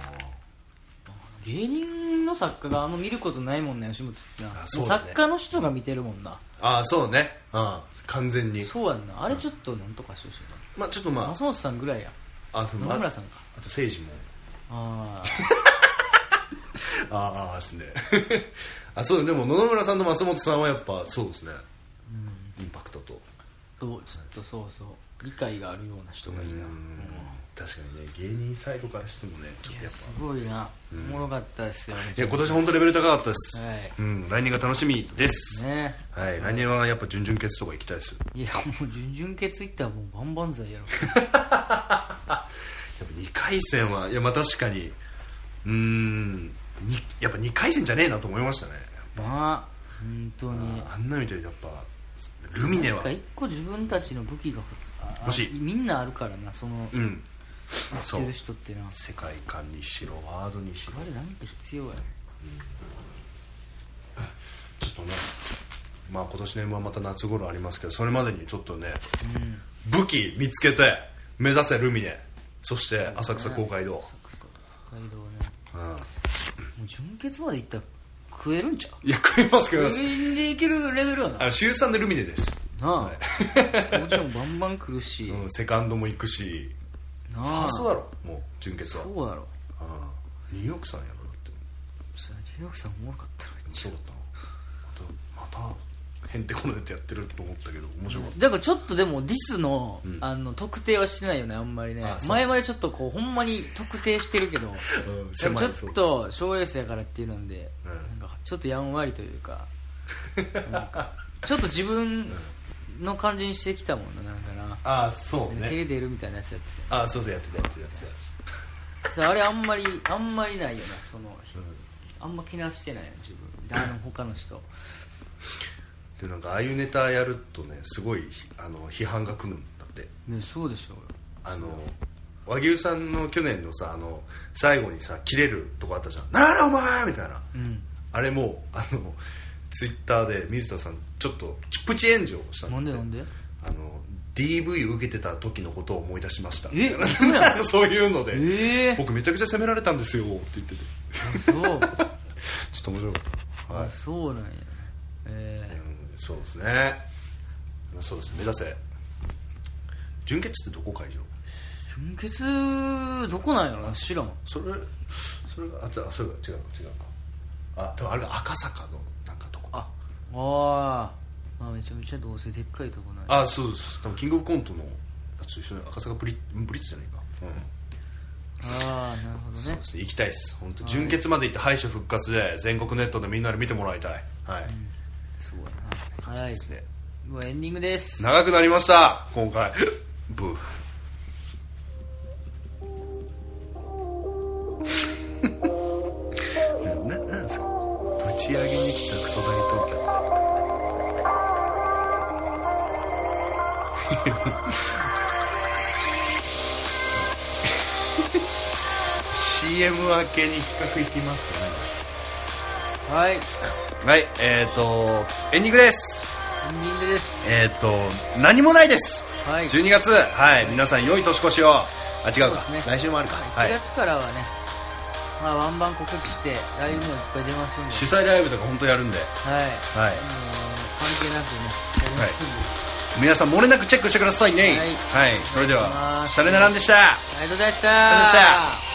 Speaker 2: 芸人の作家があんま見ることないもんね吉本ってな、
Speaker 1: あ
Speaker 2: も
Speaker 1: そううだね
Speaker 2: 作家の人が見てるもんな
Speaker 1: ああそうねうん完全に
Speaker 2: そうやんなあれちょっとなんとかしてほしい
Speaker 1: まあちょっと
Speaker 2: な
Speaker 1: ま
Speaker 2: 松本さんぐらいや
Speaker 1: ああその
Speaker 2: 野々村さんか
Speaker 1: あと政治も
Speaker 2: あ
Speaker 1: あーあーっすね あそうでも野々村さんと松本さんはやっぱそうですねインパクトと
Speaker 2: あどうちょっとそうそう理解があるような人がいいなうん
Speaker 1: 確かにね芸人サイドからしてもねちょっと
Speaker 2: い
Speaker 1: や
Speaker 2: や
Speaker 1: っ
Speaker 2: すごいな、おもろかったですよね
Speaker 1: ぱいや今年本当レベル高かったです、
Speaker 2: はい
Speaker 1: うん来年が楽しみです
Speaker 2: ね
Speaker 1: はい来年はやっぱ準々決とか行きたいです
Speaker 2: いやもう準々決いったらもう万 々歳やろ
Speaker 1: やっぱ2回戦はいやまあ確かにうーんにやっぱ2回戦じゃねえなと思いましたね
Speaker 2: まあ本当に
Speaker 1: あんな見てやっぱルミネ
Speaker 2: なん
Speaker 1: は
Speaker 2: か一個自分たちの武器があ
Speaker 1: 欲しい
Speaker 2: みんなあるからなその
Speaker 1: うん
Speaker 2: 知
Speaker 1: そ
Speaker 2: っ
Speaker 1: う
Speaker 2: てる人ってなあ
Speaker 1: 世界観にしろワードにしろ
Speaker 2: れなんか必要や
Speaker 1: ちょっとねまあ今年の m はまた夏頃ありますけどそれまでにちょっとね
Speaker 2: うん
Speaker 1: 武器見つけて目指せルミネそして浅草公会堂、
Speaker 2: 浅草北海道ね
Speaker 1: うん、
Speaker 2: もう純潔まで行ったら食えるんちゃう
Speaker 1: いや食えますけど
Speaker 2: 食いでいけるレベルやな
Speaker 1: あ
Speaker 2: な
Speaker 1: の週3でルミネです、
Speaker 2: あ
Speaker 1: はい
Speaker 2: 当時もバンバン来 るし
Speaker 1: うん、セカンドも行くし
Speaker 2: な
Speaker 1: ファ
Speaker 2: あ
Speaker 1: ースト
Speaker 2: そ
Speaker 1: だろもう純潔は
Speaker 2: うだろ
Speaker 1: ああニューヨークさんやろだって
Speaker 2: さニューヨークさんおもろかったなめっちゃ
Speaker 1: 白かったなまたまたへんてこなやつやってると思ったけど面白かっ
Speaker 2: だからちょっとでもディスの,、
Speaker 1: ん
Speaker 2: あの特定はしてないよねあんまりね
Speaker 1: あそう
Speaker 2: 前までちょっとこうほんまに特定してるけど
Speaker 1: た、 うん、
Speaker 2: でも
Speaker 1: 狭い
Speaker 2: ちょっと賞レースやからっていうなんで、
Speaker 1: うん
Speaker 2: なんかちょっとやんわりとい うかなんかちょっと自分の感じにしてきたもんななんかな
Speaker 1: ああそう
Speaker 2: なんか手
Speaker 1: ね
Speaker 2: 出るみたいなやつやってて
Speaker 1: ああそうそうやってたやってたやってた
Speaker 2: だからあれあんまりあんまりないよなその、
Speaker 1: うん
Speaker 2: あんま気なしてないよ自分あの他の人
Speaker 1: でなんかああいうネタやるとねすごいあの批判が来るんだって
Speaker 2: ねそうでしょ
Speaker 1: あの和牛さんの去年のさあの最後にさ切れるとこあったじゃん「なあお前!」みたいな
Speaker 2: ううん
Speaker 1: あれもあのツイッターで水田さんちょっとプチ炎上したんだっ
Speaker 2: なん
Speaker 1: て
Speaker 2: でなんで
Speaker 1: あの DV を受けてた時のことを思い出しました
Speaker 2: え
Speaker 1: みたいな そういうので、
Speaker 2: ええ
Speaker 1: 僕めちゃくちゃ責められたんですよって言ってて
Speaker 2: あ そう
Speaker 1: ちょっと面白かった、はい
Speaker 2: あそうなんやえ
Speaker 1: うんそうですねそうですね目指せ純潔ってどこ会場
Speaker 2: ー、純潔どこなんやろな知らん
Speaker 1: それそれがあじゃあそれが違うか違うかあでもあれが赤坂のなんかとこあ
Speaker 2: あーあめちゃめちゃどうせでっかいとこない
Speaker 1: あそうです多分キングオブコントのあちょっと一緒だ赤坂ブリブリッツじゃないか、
Speaker 2: ああなるほど
Speaker 1: そう
Speaker 2: ね
Speaker 1: ですね行きたいです本当純潔まで行って敗者復活で全国ネットでみんなで見てもらいたいはい、
Speaker 2: すごいなはい
Speaker 1: ですね
Speaker 2: もうエンディングです
Speaker 1: 長くなりました今回ブー なななんですかぶち上げに来たクソ大東 京 CM 明けに企画いきます
Speaker 2: はいエン
Speaker 1: よねはいえっ、ー、とエンディングです
Speaker 2: ディングです
Speaker 1: えっ、ー、と何もないです
Speaker 2: はい
Speaker 1: 12月はい皆さん良い年越しをあ違うか
Speaker 2: そうですね
Speaker 1: 来週もあるかは
Speaker 2: 1
Speaker 1: い
Speaker 2: 月からはね、まあ、ワンバン告知してライブもいっぱい出ますんで
Speaker 1: 主催ライブとか本当やるんで
Speaker 2: はい、
Speaker 1: はい
Speaker 2: あのー関係なくねやりますんで、
Speaker 1: 皆さん漏れなくチェックしてくださいね
Speaker 2: はい
Speaker 1: はいそれで
Speaker 2: お願いし
Speaker 1: は
Speaker 2: ます
Speaker 1: シャレナランでした
Speaker 2: ありがとうございました
Speaker 1: ありがとうございました